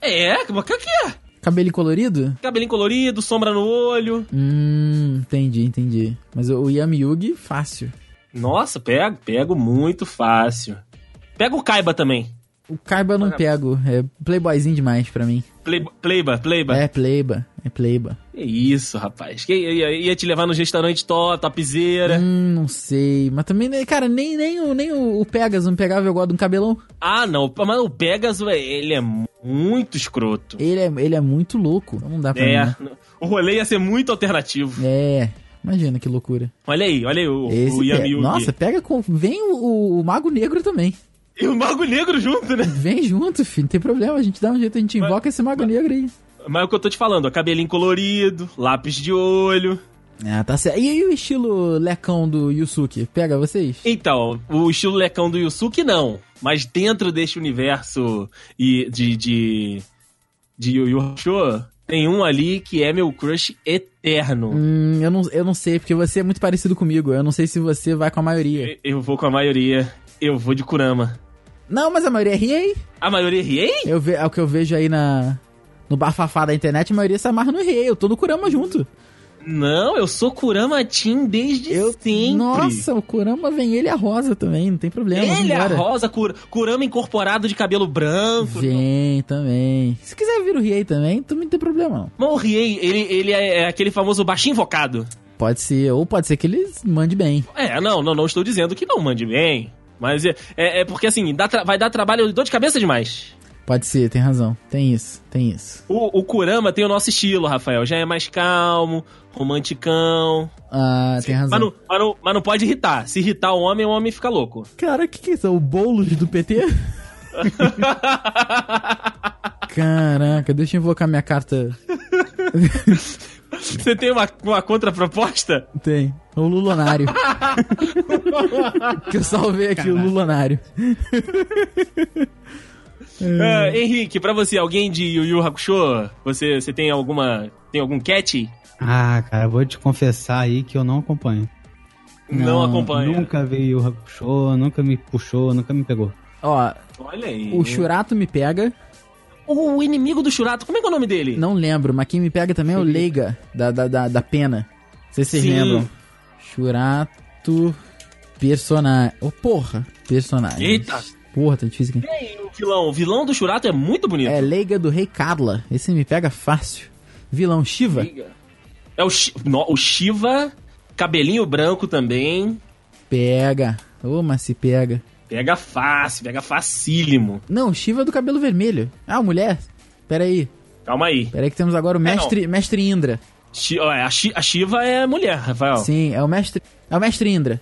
[SPEAKER 3] É, mas o que que é?
[SPEAKER 2] Cabelo colorido?
[SPEAKER 3] Cabelinho colorido, sombra no olho.
[SPEAKER 2] Hum, entendi, entendi. Mas o o Yami Yugi, fácil.
[SPEAKER 3] Nossa, pego, pego muito fácil. Pega o Kaiba também.
[SPEAKER 2] O Kaiba eu não pego, é playboyzinho demais pra mim.
[SPEAKER 3] Play- Playba, Playba.
[SPEAKER 2] É playba, é playba.
[SPEAKER 3] Que isso, rapaz. Que, ia, ia te levar nos restaurantes top, topzera.
[SPEAKER 2] Hum, não sei, mas também, né, cara, nem, nem, o, nem o, o Pegasus me pegava, eu gosto de um cabelão.
[SPEAKER 3] Ah, não. Mas o Pegasus, é- ele é muito escroto.
[SPEAKER 2] Ele é, ele é muito louco, não dá pra
[SPEAKER 3] É,
[SPEAKER 2] mim.
[SPEAKER 3] o rolê ia ser muito alternativo.
[SPEAKER 2] não. É, imagina que loucura.
[SPEAKER 3] Olha aí, olha aí o,
[SPEAKER 2] Esse
[SPEAKER 3] o Yami
[SPEAKER 2] pe-
[SPEAKER 3] Yugi.
[SPEAKER 2] Nossa, pega com... Vem o, o- o Mago Negro também.
[SPEAKER 3] E o Mago Negro junto, né?
[SPEAKER 2] Vem junto, filho, não tem problema, a gente dá um jeito, a gente invoca esse Mago Negro aí.
[SPEAKER 3] Mas é o que eu tô te falando, ó, cabelinho colorido, lápis de olho.
[SPEAKER 2] Ah, tá certo. E aí o estilo lecão do Yusuke? Pega vocês?
[SPEAKER 3] Então, o estilo lecão do Yusuke não. Mas dentro deste universo e de, de, de Yu Yu Hakusho, tem um ali que é meu crush eterno.
[SPEAKER 2] Hum, eu não, eu não sei, porque você é muito parecido comigo. Eu não sei se você vai com a maioria.
[SPEAKER 3] Eu- Eu vou com a maioria. Eu vou de Kurama.
[SPEAKER 2] Não, mas a maioria é Riei.
[SPEAKER 3] A maioria é Riei?
[SPEAKER 2] Eu ve, é o que eu vejo aí na, no bafafá da internet, a maioria se amarra no Riei. Eu tô no Kurama junto.
[SPEAKER 3] Não, eu sou Kurama Team desde sempre.
[SPEAKER 2] Nossa, o Kurama vem ele e a Rosa também, não tem problema.
[SPEAKER 3] Ele, é a
[SPEAKER 2] vambora.
[SPEAKER 3] rosa, Kur- Kurama incorporado de cabelo branco.
[SPEAKER 2] Vem também. Se quiser vir o Riei também, tu não tem problema não.
[SPEAKER 3] Mas o Riei, ele, ele é aquele famoso baixinho invocado.
[SPEAKER 2] Pode ser, ou pode ser que eles mande bem.
[SPEAKER 3] É, não, não, não estou dizendo que não mande bem. Mas é, é, é porque assim, dá tra- vai dar trabalho, dor de cabeça demais.
[SPEAKER 2] Pode ser, tem razão. Tem isso, tem isso.
[SPEAKER 3] O, o Kurama tem o nosso estilo, Rafael. Já é mais calmo, romanticão.
[SPEAKER 2] Ah, tem razão.
[SPEAKER 3] Mas não, mas, não, mas não pode irritar. Se irritar o homem, o homem fica louco. *laughs*
[SPEAKER 2] Cara, o que, que é isso? O Boulos do PT? Caraca, deixa eu invocar minha carta.
[SPEAKER 3] Você tem uma, uma contraproposta?
[SPEAKER 2] Tem. O
[SPEAKER 3] *laughs*
[SPEAKER 2] Lulonário. que eu salvei aqui, o Lulonário. Hum.
[SPEAKER 3] É, Henrique, pra você, alguém de Yu Yu Hakusho, você, você tem alguma. tem algum cat?
[SPEAKER 4] Ah, cara, vou te confessar aí que eu não acompanho.
[SPEAKER 3] Não,
[SPEAKER 2] Não,
[SPEAKER 3] acompanha.
[SPEAKER 4] Nunca veio o Hakusho, nunca me puxou, nunca me pegou.
[SPEAKER 2] Ó,
[SPEAKER 3] Olha aí.
[SPEAKER 2] o Churato me pega.
[SPEAKER 3] O inimigo do Churato, como é que é o nome dele?
[SPEAKER 2] Não lembro, mas quem me pega também é o Leiga, da, da, da, da Pena. Não sei se vocês
[SPEAKER 3] Sim.
[SPEAKER 2] lembram. Churato. Personagem. Ô, porra. Personagem.
[SPEAKER 3] Eita.
[SPEAKER 2] Porra, tá difícil aqui.
[SPEAKER 3] E aí, o vilão? O vilão do Churato é muito bonito.
[SPEAKER 2] É Leiga do Rei Carla. Esse me pega fácil. Vilão Shiva.
[SPEAKER 3] É o, Shi- no- o Shiva, cabelinho branco também.
[SPEAKER 2] Pega. Ô, mas se pega.
[SPEAKER 3] Pega fácil, pega facílimo.
[SPEAKER 2] Não, o Shiva é do cabelo vermelho. Ah, mulher. Pera aí.
[SPEAKER 3] Calma aí.
[SPEAKER 2] Pera aí que temos
[SPEAKER 3] É,
[SPEAKER 2] agora o mestre, mestre Indra.
[SPEAKER 3] Shi- ó, é, a, Shi- a Shiva é mulher, Rafael.
[SPEAKER 2] Sim, é o mestre... É o mestre Indra.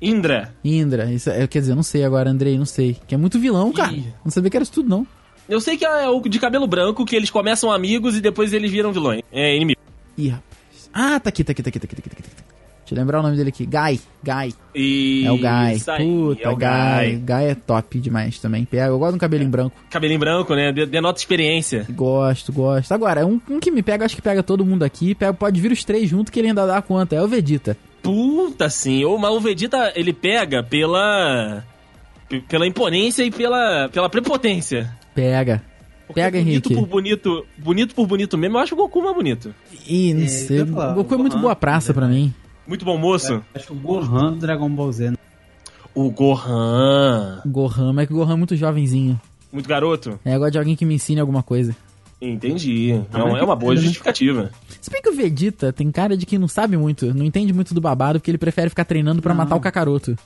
[SPEAKER 3] Indra.
[SPEAKER 2] Indra. Isso, é- quer dizer, eu não sei agora, Andrei, não sei. Que é muito vilão, cara.
[SPEAKER 3] Ih.
[SPEAKER 2] Não sabia que era isso tudo, não.
[SPEAKER 3] Eu sei que é o de cabelo branco, que eles começam amigos e depois eles viram vilões. É inimigo.
[SPEAKER 2] Ih, rapaz. Ah, tá aqui, tá aqui, tá aqui, tá aqui, tá aqui. Tá aqui. Deixa eu lembrar o nome dele aqui. Guy. Guy.
[SPEAKER 3] E...
[SPEAKER 2] É o Guy.
[SPEAKER 3] Isso aí,
[SPEAKER 2] Puta,
[SPEAKER 3] é o É.
[SPEAKER 2] Guy.
[SPEAKER 3] Guy.
[SPEAKER 2] Guy é top demais também. Pega. Eu gosto de um cabelinho branco.
[SPEAKER 3] Cabelinho branco, né? De- Denota experiência.
[SPEAKER 2] Gosto, gosto. Agora, um, um que me pega, acho que pega todo mundo aqui. Pega, pode vir os três junto que ele ainda dá conta. É o Vegeta.
[SPEAKER 3] Puta, sim. O, mas o Vegeta, ele pega pela... p- Pela imponência e pela, pela prepotência.
[SPEAKER 2] Pega.
[SPEAKER 3] Porque
[SPEAKER 2] Pega,
[SPEAKER 3] bonito
[SPEAKER 2] Henrique.
[SPEAKER 3] por bonito, bonito por bonito mesmo, eu acho o Goku mais bonito.
[SPEAKER 2] Ih, não
[SPEAKER 4] É,
[SPEAKER 2] sei.
[SPEAKER 4] eu ia falar,
[SPEAKER 2] O Goku é muito
[SPEAKER 4] Gohan, né,
[SPEAKER 2] boa praça pra mim.
[SPEAKER 3] Muito bom moço.
[SPEAKER 4] Acho que o Gohan do Dragon Ball Z. né?
[SPEAKER 3] É. O Gohan.
[SPEAKER 2] Gohan, mas que o Gohan é muito jovenzinho.
[SPEAKER 3] Muito garoto?
[SPEAKER 2] É, eu gosto de alguém que me ensine alguma coisa.
[SPEAKER 3] Entendi. *laughs* Não, é uma boa justificativa.
[SPEAKER 2] Se bem que o Vegeta tem cara de que não sabe muito, não entende muito do babado, porque ele prefere ficar treinando pra matar o Kakaroto.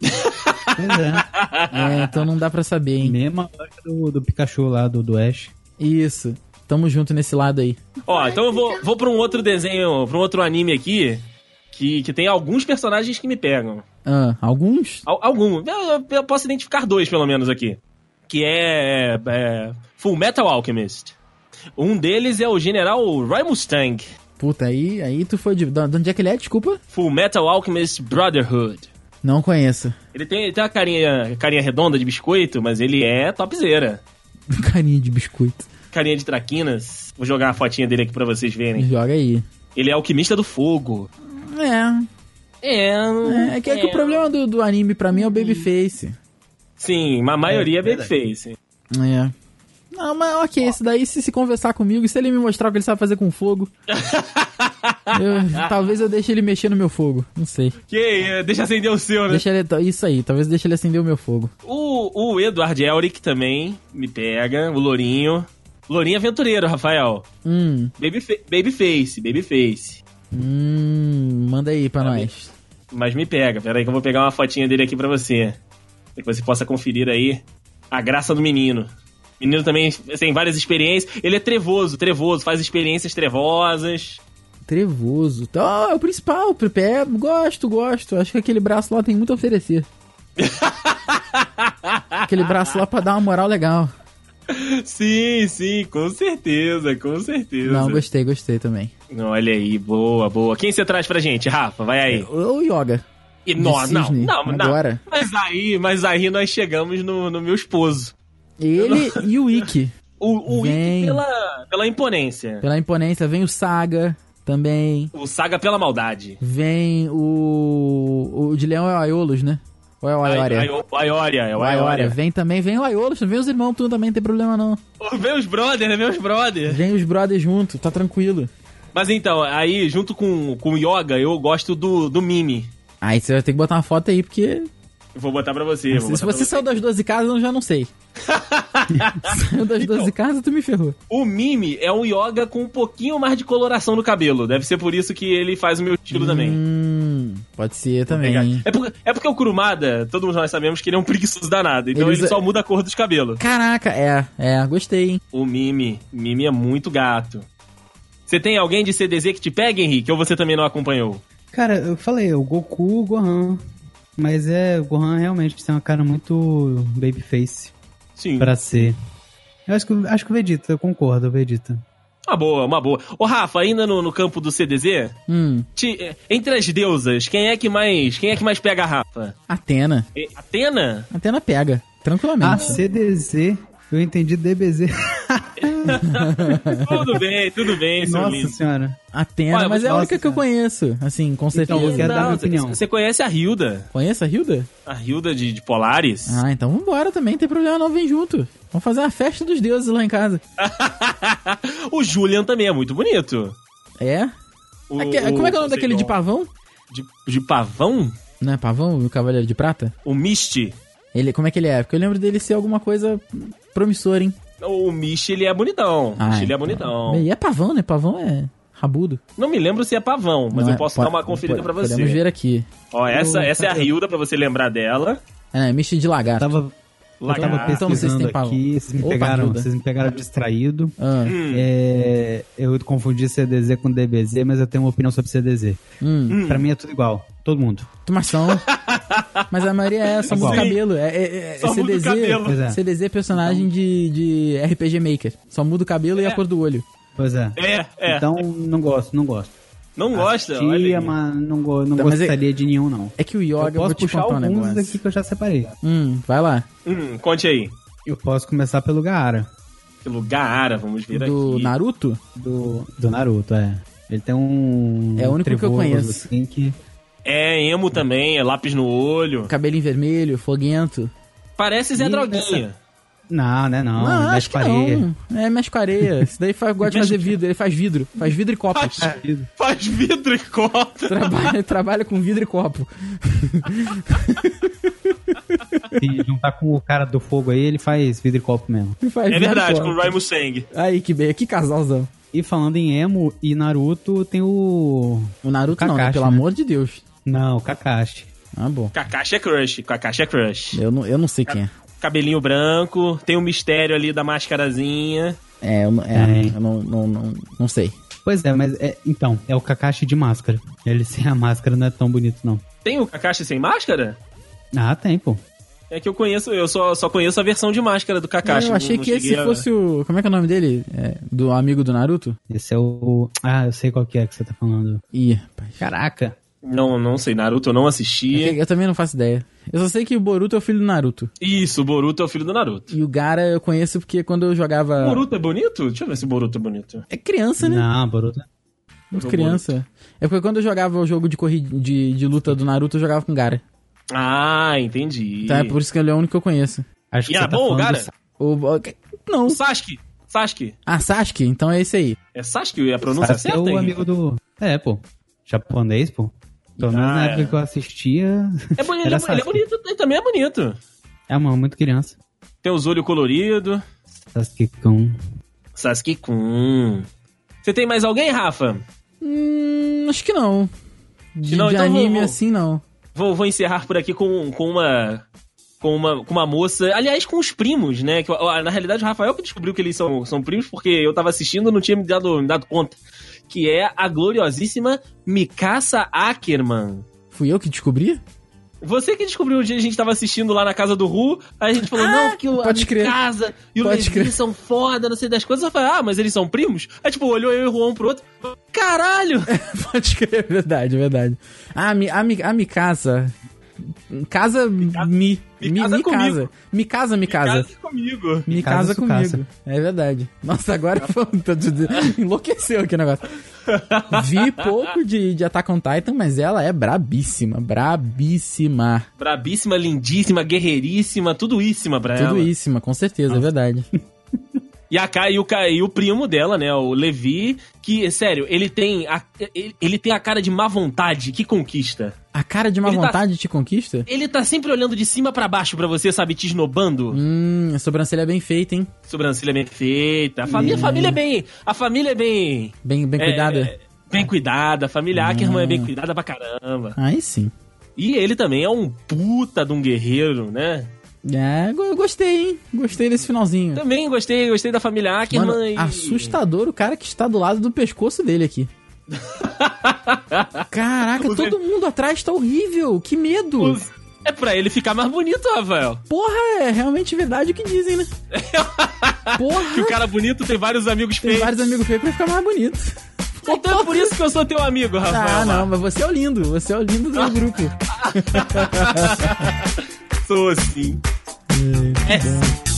[SPEAKER 4] Pois é.
[SPEAKER 2] É, então não dá pra saber, hein?
[SPEAKER 4] Mesma lógica do, do Pikachu lá, do, do Ash.
[SPEAKER 2] Isso. Tamo junto nesse lado aí.
[SPEAKER 3] Ó, então eu vou, vou pra um outro desenho, pra um outro anime aqui, que, que tem alguns personagens que me pegam.
[SPEAKER 2] Ah, alguns?
[SPEAKER 3] Al- algum. Eu, eu posso identificar dois, pelo menos, aqui. Que é, é Full Metal Alchemist. Um deles é o General Roy Mustang.
[SPEAKER 2] Puta, aí, aí tu foi de. De onde é que ele é? Desculpa.
[SPEAKER 3] Full Metal Alchemist Brotherhood.
[SPEAKER 2] Não conheço. *laughs*
[SPEAKER 3] Ele tem, ele tem uma carinha, carinha redonda de biscoito, mas ele é topzera.
[SPEAKER 2] Carinha de biscoito.
[SPEAKER 3] Carinha de traquinas. Vou jogar a fotinha dele aqui pra vocês verem.
[SPEAKER 2] Joga aí.
[SPEAKER 3] Ele é alquimista do fogo.
[SPEAKER 2] É.
[SPEAKER 3] É,
[SPEAKER 2] É, é que, é que o problema do, do anime pra mim é o Babyface.
[SPEAKER 3] Sim, mas a maioria é,
[SPEAKER 4] verdade.
[SPEAKER 3] Babyface.
[SPEAKER 2] É. Não, mas ok, esse daí, se se conversar comigo, se ele me mostrar o que ele sabe fazer com fogo.
[SPEAKER 3] *laughs*
[SPEAKER 2] eu- talvez eu deixe ele mexer no meu fogo. Não sei.
[SPEAKER 3] Que eh, deixa acender o seu, né?
[SPEAKER 2] Deixa ele. Isso aí, talvez deixe ele acender o meu fogo.
[SPEAKER 3] O, o Eduard Elric também me pega, o Lourinho. Lourinho aventureiro, Rafael.
[SPEAKER 2] Hum.
[SPEAKER 3] Babyfa- Babyface, Babyface.
[SPEAKER 2] Hum, manda aí pra nós.
[SPEAKER 3] Mas me pega, peraí que eu vou pegar uma fotinha dele aqui pra você. Pra que você possa conferir aí a graça do menino. O menino também assim, tem várias experiências. Ele é trevoso, trevoso, faz experiências trevosas.
[SPEAKER 2] Trevoso. Ó, é o principal, Pepe. É, Gosto, gosto. Acho que aquele braço lá tem muito a
[SPEAKER 3] *laughs*
[SPEAKER 2] oferecer. aquele braço lá pra dar uma moral legal.
[SPEAKER 3] Sim, sim, com certeza, com certeza.
[SPEAKER 2] Não, gostei, gostei também.
[SPEAKER 3] Olha aí, boa, boa. Quem você traz pra gente, Rafa? Vai aí.
[SPEAKER 2] O Yoga.
[SPEAKER 3] E nós, não,
[SPEAKER 2] cisne,
[SPEAKER 3] não, não.
[SPEAKER 2] É, agora.
[SPEAKER 3] Mas aí, mas aí nós chegamos no, no meu esposo.
[SPEAKER 2] Ele e o Ikki.
[SPEAKER 3] O, o Ikki
[SPEAKER 2] Vem.
[SPEAKER 3] pela, pela imponência.
[SPEAKER 2] Pela imponência, vem o Saga também.
[SPEAKER 3] O Saga pela maldade.
[SPEAKER 2] Vem o. O de Leão é o Aiolos, né? Ou é o
[SPEAKER 3] Ai-
[SPEAKER 2] Aioria?
[SPEAKER 3] Ai- O Aioria, é o
[SPEAKER 2] O Aioria.
[SPEAKER 3] Aioria.
[SPEAKER 2] Vem também, vem o Aiolos, vem os irmãos, tudo também, não tem problema não.
[SPEAKER 3] Vem os brother, né? Vem os brother.
[SPEAKER 2] Vem os brothers junto, tá tranquilo.
[SPEAKER 3] Mas então, aí, junto com, com o Yoga, eu gosto do, do Mimi.
[SPEAKER 2] Aí você vai ter que botar uma foto aí, porque
[SPEAKER 3] Eu Vou botar pra você. vou
[SPEAKER 2] se
[SPEAKER 3] botar pra
[SPEAKER 2] você saiu das 12 casas, eu já não
[SPEAKER 3] *laughs*
[SPEAKER 2] sei. saiu das 12 casas, tu me ferrou.
[SPEAKER 3] O Mimi é um Yoga com um pouquinho mais de coloração no cabelo. Deve ser por isso que ele faz o meu estilo também.
[SPEAKER 2] Hum, pode ser também. hein?
[SPEAKER 3] É porque, é porque o Kurumada, todos nós sabemos que ele é um *laughs* preguiçoso danado. Então
[SPEAKER 2] Ele
[SPEAKER 3] ele,
[SPEAKER 2] usa-
[SPEAKER 3] só muda a cor dos cabelos.
[SPEAKER 2] Caraca, é, é, gostei, hein?
[SPEAKER 3] O Mimi. Mimi é muito gato. Você tem alguém de CDZ que te pega, Henrique? Ou você também não acompanhou?
[SPEAKER 4] Cara, eu falei, o Goku, o Gohan. Mas é, o Gohan realmente tem uma cara muito babyface
[SPEAKER 3] Sim.
[SPEAKER 4] pra ser. Eu acho que, acho que o Vegeta, eu concordo, o Vegeta.
[SPEAKER 3] Uma boa, uma boa. Ô, Rafa, ainda no, no campo do CDZ,
[SPEAKER 2] Hum,
[SPEAKER 3] te- eh, entre as deusas, quem é que mais quem é que mais pega a Rafa?
[SPEAKER 2] Atena.
[SPEAKER 3] Eh, Atena? *laughs*
[SPEAKER 2] Atena pega,
[SPEAKER 3] Ah,
[SPEAKER 4] A
[SPEAKER 2] tranquilamente.
[SPEAKER 4] CDZ, eu entendi DBZ.
[SPEAKER 3] tudo bem, tudo bem, seu
[SPEAKER 4] Nossa
[SPEAKER 3] é lindo.
[SPEAKER 4] senhora.
[SPEAKER 2] Atena,
[SPEAKER 3] Olha,
[SPEAKER 2] mas é a
[SPEAKER 4] nossa,
[SPEAKER 2] única que eu
[SPEAKER 4] cara. Então,
[SPEAKER 2] conheço, assim, com certeza.
[SPEAKER 4] eu quero- dar minha
[SPEAKER 3] você-
[SPEAKER 4] opinião.
[SPEAKER 3] Você conhece a Hilda?
[SPEAKER 2] Conhece a Hilda?
[SPEAKER 3] A Hilda de, de Polaris?
[SPEAKER 2] Ah, então vambora também, não tem problema não, vem junto. Vamos fazer uma festa dos deuses lá em casa.
[SPEAKER 3] *laughs* o Julian também é muito bonito.
[SPEAKER 2] É?
[SPEAKER 3] O-
[SPEAKER 2] Aque- como é que é o nome
[SPEAKER 3] sei
[SPEAKER 2] daquele de
[SPEAKER 3] lá,
[SPEAKER 2] pavão?
[SPEAKER 3] De, de pavão?
[SPEAKER 2] Não é pavão, o Cavaleiro de Prata?
[SPEAKER 3] O Misty.
[SPEAKER 2] Ele, como é que ele é? Porque eu lembro dele ser alguma coisa promissora, hein?
[SPEAKER 3] O Misty, ele é bonitão. O Misty, ele é
[SPEAKER 4] tá.
[SPEAKER 2] então.
[SPEAKER 3] bonitão.
[SPEAKER 2] E é pavão, né? Pavão é rabudo.
[SPEAKER 3] Não me lembro se é pavão, mas
[SPEAKER 2] Não,
[SPEAKER 3] eu posso
[SPEAKER 2] po-
[SPEAKER 3] dar uma conferida
[SPEAKER 2] po-
[SPEAKER 3] pra você.
[SPEAKER 2] Podemos ver aqui.
[SPEAKER 3] Ó, essa, essa é a Hilda, pra você lembrar dela.
[SPEAKER 2] É, não, é misto de
[SPEAKER 4] Eu
[SPEAKER 2] lagarto.
[SPEAKER 4] tava, eu
[SPEAKER 3] Lagarto.
[SPEAKER 4] tava
[SPEAKER 2] Então vocês
[SPEAKER 4] pesquisando
[SPEAKER 2] têm pau.
[SPEAKER 4] aqui, vocês me
[SPEAKER 2] Opa,
[SPEAKER 4] pegaram,
[SPEAKER 2] ajuda.
[SPEAKER 4] vocês me pegaram distraído.
[SPEAKER 2] Ah,
[SPEAKER 4] É, eu confundi CDZ com DBZ, mas eu tenho uma opinião sobre CDZ.
[SPEAKER 2] hum,
[SPEAKER 4] Pra mim é tudo igual, todo mundo.
[SPEAKER 2] tomação. Mas a maioria é só muda o
[SPEAKER 4] Igual.
[SPEAKER 2] cabelo. É, é, é, é
[SPEAKER 3] Só muda o
[SPEAKER 2] CDZ,
[SPEAKER 3] cabelo.
[SPEAKER 4] Pois é.
[SPEAKER 2] CDZ é personagem de, de RPG Maker. Só muda o cabelo e a
[SPEAKER 3] É.
[SPEAKER 2] cor do olho.
[SPEAKER 4] Pois é.
[SPEAKER 3] É, é.
[SPEAKER 4] Então, não gosto, não gosto.
[SPEAKER 3] não gosta?
[SPEAKER 4] Assistia,
[SPEAKER 3] olha aí.
[SPEAKER 4] mas não, go- não
[SPEAKER 2] Tá, mas é-
[SPEAKER 4] gostaria de nenhum, não.
[SPEAKER 2] É que o Yoga,
[SPEAKER 4] Eu posso
[SPEAKER 2] vou te
[SPEAKER 4] puxar
[SPEAKER 2] contar um
[SPEAKER 4] alguns
[SPEAKER 2] negócio.
[SPEAKER 4] aqui que eu já separei.
[SPEAKER 2] Hum, vai lá.
[SPEAKER 3] Hum, conte aí.
[SPEAKER 4] Eu posso começar pelo Gaara,
[SPEAKER 3] Pelo Gaara, vamos ver
[SPEAKER 2] Do
[SPEAKER 3] aqui.
[SPEAKER 2] Naruto?
[SPEAKER 4] do, do Naruto, é. Ele tem um...
[SPEAKER 2] É o único que eu
[SPEAKER 4] trevoso,
[SPEAKER 2] conheço.
[SPEAKER 4] assim, que-
[SPEAKER 3] É emo também, é lápis no olho.
[SPEAKER 2] Cabelinho vermelho, foguento.
[SPEAKER 3] Parece Zé
[SPEAKER 4] Ih,
[SPEAKER 3] Droguinha.
[SPEAKER 4] Não, né, não.
[SPEAKER 2] não,
[SPEAKER 4] Ele
[SPEAKER 2] acho que
[SPEAKER 4] mexe com areia.
[SPEAKER 2] não. É, mexe com areia. Isso daí faz, gosta de fazer vidro. Ele faz vidro. Faz vidro e copo.
[SPEAKER 3] Faz vidro e corta.
[SPEAKER 2] *laughs* Trabalha, trabalha com vidro e copo.
[SPEAKER 4] Se juntar com o cara do fogo aí, ele faz vidro e copo mesmo.
[SPEAKER 3] É verdade, com o Ryan Mustang.
[SPEAKER 2] Aí, que bem, que casalzão.
[SPEAKER 4] E falando em emo e Naruto, tem o.
[SPEAKER 2] O Naruto
[SPEAKER 4] O
[SPEAKER 2] não, né?
[SPEAKER 4] Kakashi,
[SPEAKER 2] Pelo
[SPEAKER 4] né?
[SPEAKER 2] amor de Deus.
[SPEAKER 4] Não, o Kakashi.
[SPEAKER 2] Ah, bom.
[SPEAKER 3] Kakashi é crush, Kakashi é crush.
[SPEAKER 2] Eu não, eu não sei quem é.
[SPEAKER 3] Cabelinho branco, tem um mistério ali da mascarazinha.
[SPEAKER 2] É, eu, não- é, eu não, não, não, não sei.
[SPEAKER 4] Pois é, mas é, então, é o Kakashi de máscara. Ele *laughs* sem a máscara não é tão bonito, não.
[SPEAKER 3] Tem o Kakashi sem máscara?
[SPEAKER 4] Ah, tem, pô.
[SPEAKER 3] É que eu conheço, eu só, só conheço a versão de máscara do Kakashi.
[SPEAKER 2] eu achei
[SPEAKER 3] não- não
[SPEAKER 2] que esse
[SPEAKER 3] cheguei a-
[SPEAKER 2] fosse o. Como é que é o nome dele? É, do amigo do Naruto?
[SPEAKER 4] Esse é o. Ah, eu sei qual que é que você tá falando.
[SPEAKER 2] Ih, rapaz.
[SPEAKER 4] Caraca.
[SPEAKER 3] Não, não sei, Naruto, eu não assisti.
[SPEAKER 2] Eu também não faço ideia. Eu só sei que o Boruto é o filho do Naruto.
[SPEAKER 3] Isso, o Boruto é o filho do Naruto.
[SPEAKER 2] E o Gara eu conheço porque quando eu jogava.
[SPEAKER 3] O Boruto é bonito? Deixa eu ver se o Boruto é bonito.
[SPEAKER 2] É criança, né?
[SPEAKER 4] Não, Boruto.
[SPEAKER 2] Muito criança. É porque quando eu jogava o jogo de, corri... de, de luta do Naruto, eu jogava com Gara.
[SPEAKER 3] Ah, entendi.
[SPEAKER 2] Então é por isso que ele é o único que eu conheço.
[SPEAKER 4] Acho tá
[SPEAKER 3] E era bom,
[SPEAKER 4] falando
[SPEAKER 3] cara?
[SPEAKER 4] do-
[SPEAKER 2] O... o- Não.
[SPEAKER 3] O Sasuke. Sasuke.
[SPEAKER 2] Ah, Sasuke? Então é esse aí.
[SPEAKER 3] É Sasuke a pronúncia
[SPEAKER 4] Sasuke é
[SPEAKER 3] certa?
[SPEAKER 4] o
[SPEAKER 3] hein?
[SPEAKER 4] amigo do. É, pô. Japonês, pô. Pelo menos
[SPEAKER 3] Ah,
[SPEAKER 4] na
[SPEAKER 3] é.
[SPEAKER 4] época que eu assistia. *laughs*
[SPEAKER 3] É bonito, ele é-
[SPEAKER 4] Era
[SPEAKER 3] ele é
[SPEAKER 4] Sasuke.
[SPEAKER 3] bonito, ele também é bonito.
[SPEAKER 4] É, mano, muito criança.
[SPEAKER 3] Tem os olhos coloridos.
[SPEAKER 4] Sasuke-kun.
[SPEAKER 3] Sasuke-kun. Você tem mais alguém, Rafa?
[SPEAKER 2] Hum, acho que não. De,
[SPEAKER 3] Não,
[SPEAKER 2] de
[SPEAKER 3] então
[SPEAKER 2] anime
[SPEAKER 3] vamos-
[SPEAKER 2] assim, não.
[SPEAKER 3] Vou, vou encerrar por aqui com, com uma. Com uma, com uma moça, aliás, com os primos, né? Que, ó, na realidade, o Rafael que descobriu que eles são, são primos, porque eu tava assistindo e não tinha me dado, me dado conta. Que é a gloriosíssima Mikasa Ackerman.
[SPEAKER 2] Fui eu que descobri?
[SPEAKER 3] Você que descobriu o dia que a gente tava assistindo lá na casa do Ru, aí a gente falou, não, porque Ah, o, a
[SPEAKER 2] pode crer.
[SPEAKER 3] casa e o
[SPEAKER 2] Pode
[SPEAKER 3] Levi
[SPEAKER 2] crer.
[SPEAKER 3] são foda, não sei das coisas. Eu falei, ah, mas eles são primos? Aí, tipo, olhou eu e o Juan pro outro, caralho!
[SPEAKER 2] *laughs* Pode crer, é verdade, é verdade. Ah, mi, a, mi, a Mikasa. Casa mi. Mi,
[SPEAKER 3] casa
[SPEAKER 2] mi casa.
[SPEAKER 3] comigo.
[SPEAKER 2] Mi casa, mi casa.
[SPEAKER 3] Casa comigo.
[SPEAKER 2] Me casa
[SPEAKER 4] casa
[SPEAKER 2] comigo.
[SPEAKER 4] sucaça.
[SPEAKER 2] É verdade. Nossa, agora foi... tô te dizendo, enlouqueceu aqui o negócio. Vi pouco de, de Attack on Titan, mas ela é brabíssima. Brabíssima.
[SPEAKER 3] Brabíssima, lindíssima, guerreiríssima, tudoíssima pra ela.
[SPEAKER 2] Tudoíssima, com certeza, é verdade.
[SPEAKER 3] E, a, Ka- e, o, Ka- e o primo dela, né? O Levi, que, sério, ele tem a, ele, ele tem a cara de má vontade, que conquista.
[SPEAKER 2] A cara de má
[SPEAKER 3] Ele tá-
[SPEAKER 2] vontade te conquista?
[SPEAKER 3] Ele tá sempre olhando de cima pra baixo pra você, sabe? Te esnobando.
[SPEAKER 2] Hum, a sobrancelha é bem feita, hein?
[SPEAKER 3] Sobrancelha bem feita. A família, a família é bem. A família é bem.
[SPEAKER 2] Bem, bem
[SPEAKER 3] é,
[SPEAKER 2] cuidada. Ah.
[SPEAKER 3] é, bem cuidada. A família Ackerman é bem cuidada pra caramba.
[SPEAKER 2] Aí sim.
[SPEAKER 3] E ele também é um puta de um guerreiro, né?
[SPEAKER 2] É, go- gostei, hein? Gostei desse finalzinho.
[SPEAKER 3] Também gostei, gostei da família Ackerman.
[SPEAKER 2] Mano,
[SPEAKER 3] e...
[SPEAKER 2] assustador o cara que está do lado do pescoço dele
[SPEAKER 3] *laughs*
[SPEAKER 2] aqui. Caraca,
[SPEAKER 3] Os-
[SPEAKER 2] todo mundo atrás tá horrível. Que medo.
[SPEAKER 3] Os- É pra ele ficar mais bonito, Rafael.
[SPEAKER 2] Porra, é realmente verdade o que dizem,
[SPEAKER 3] *laughs*
[SPEAKER 2] né?
[SPEAKER 3] Que o
[SPEAKER 2] Porra,
[SPEAKER 3] cara bonito tem vários amigos
[SPEAKER 2] tem
[SPEAKER 3] feios.
[SPEAKER 2] vários amigos feios pra ficar mais bonito.
[SPEAKER 3] Então é por isso que eu sou teu amigo, Rafael.
[SPEAKER 2] Ah, não, mas você é o lindo, você é o lindo
[SPEAKER 3] *laughs*
[SPEAKER 2] do grupo.
[SPEAKER 3] Sou sim. É.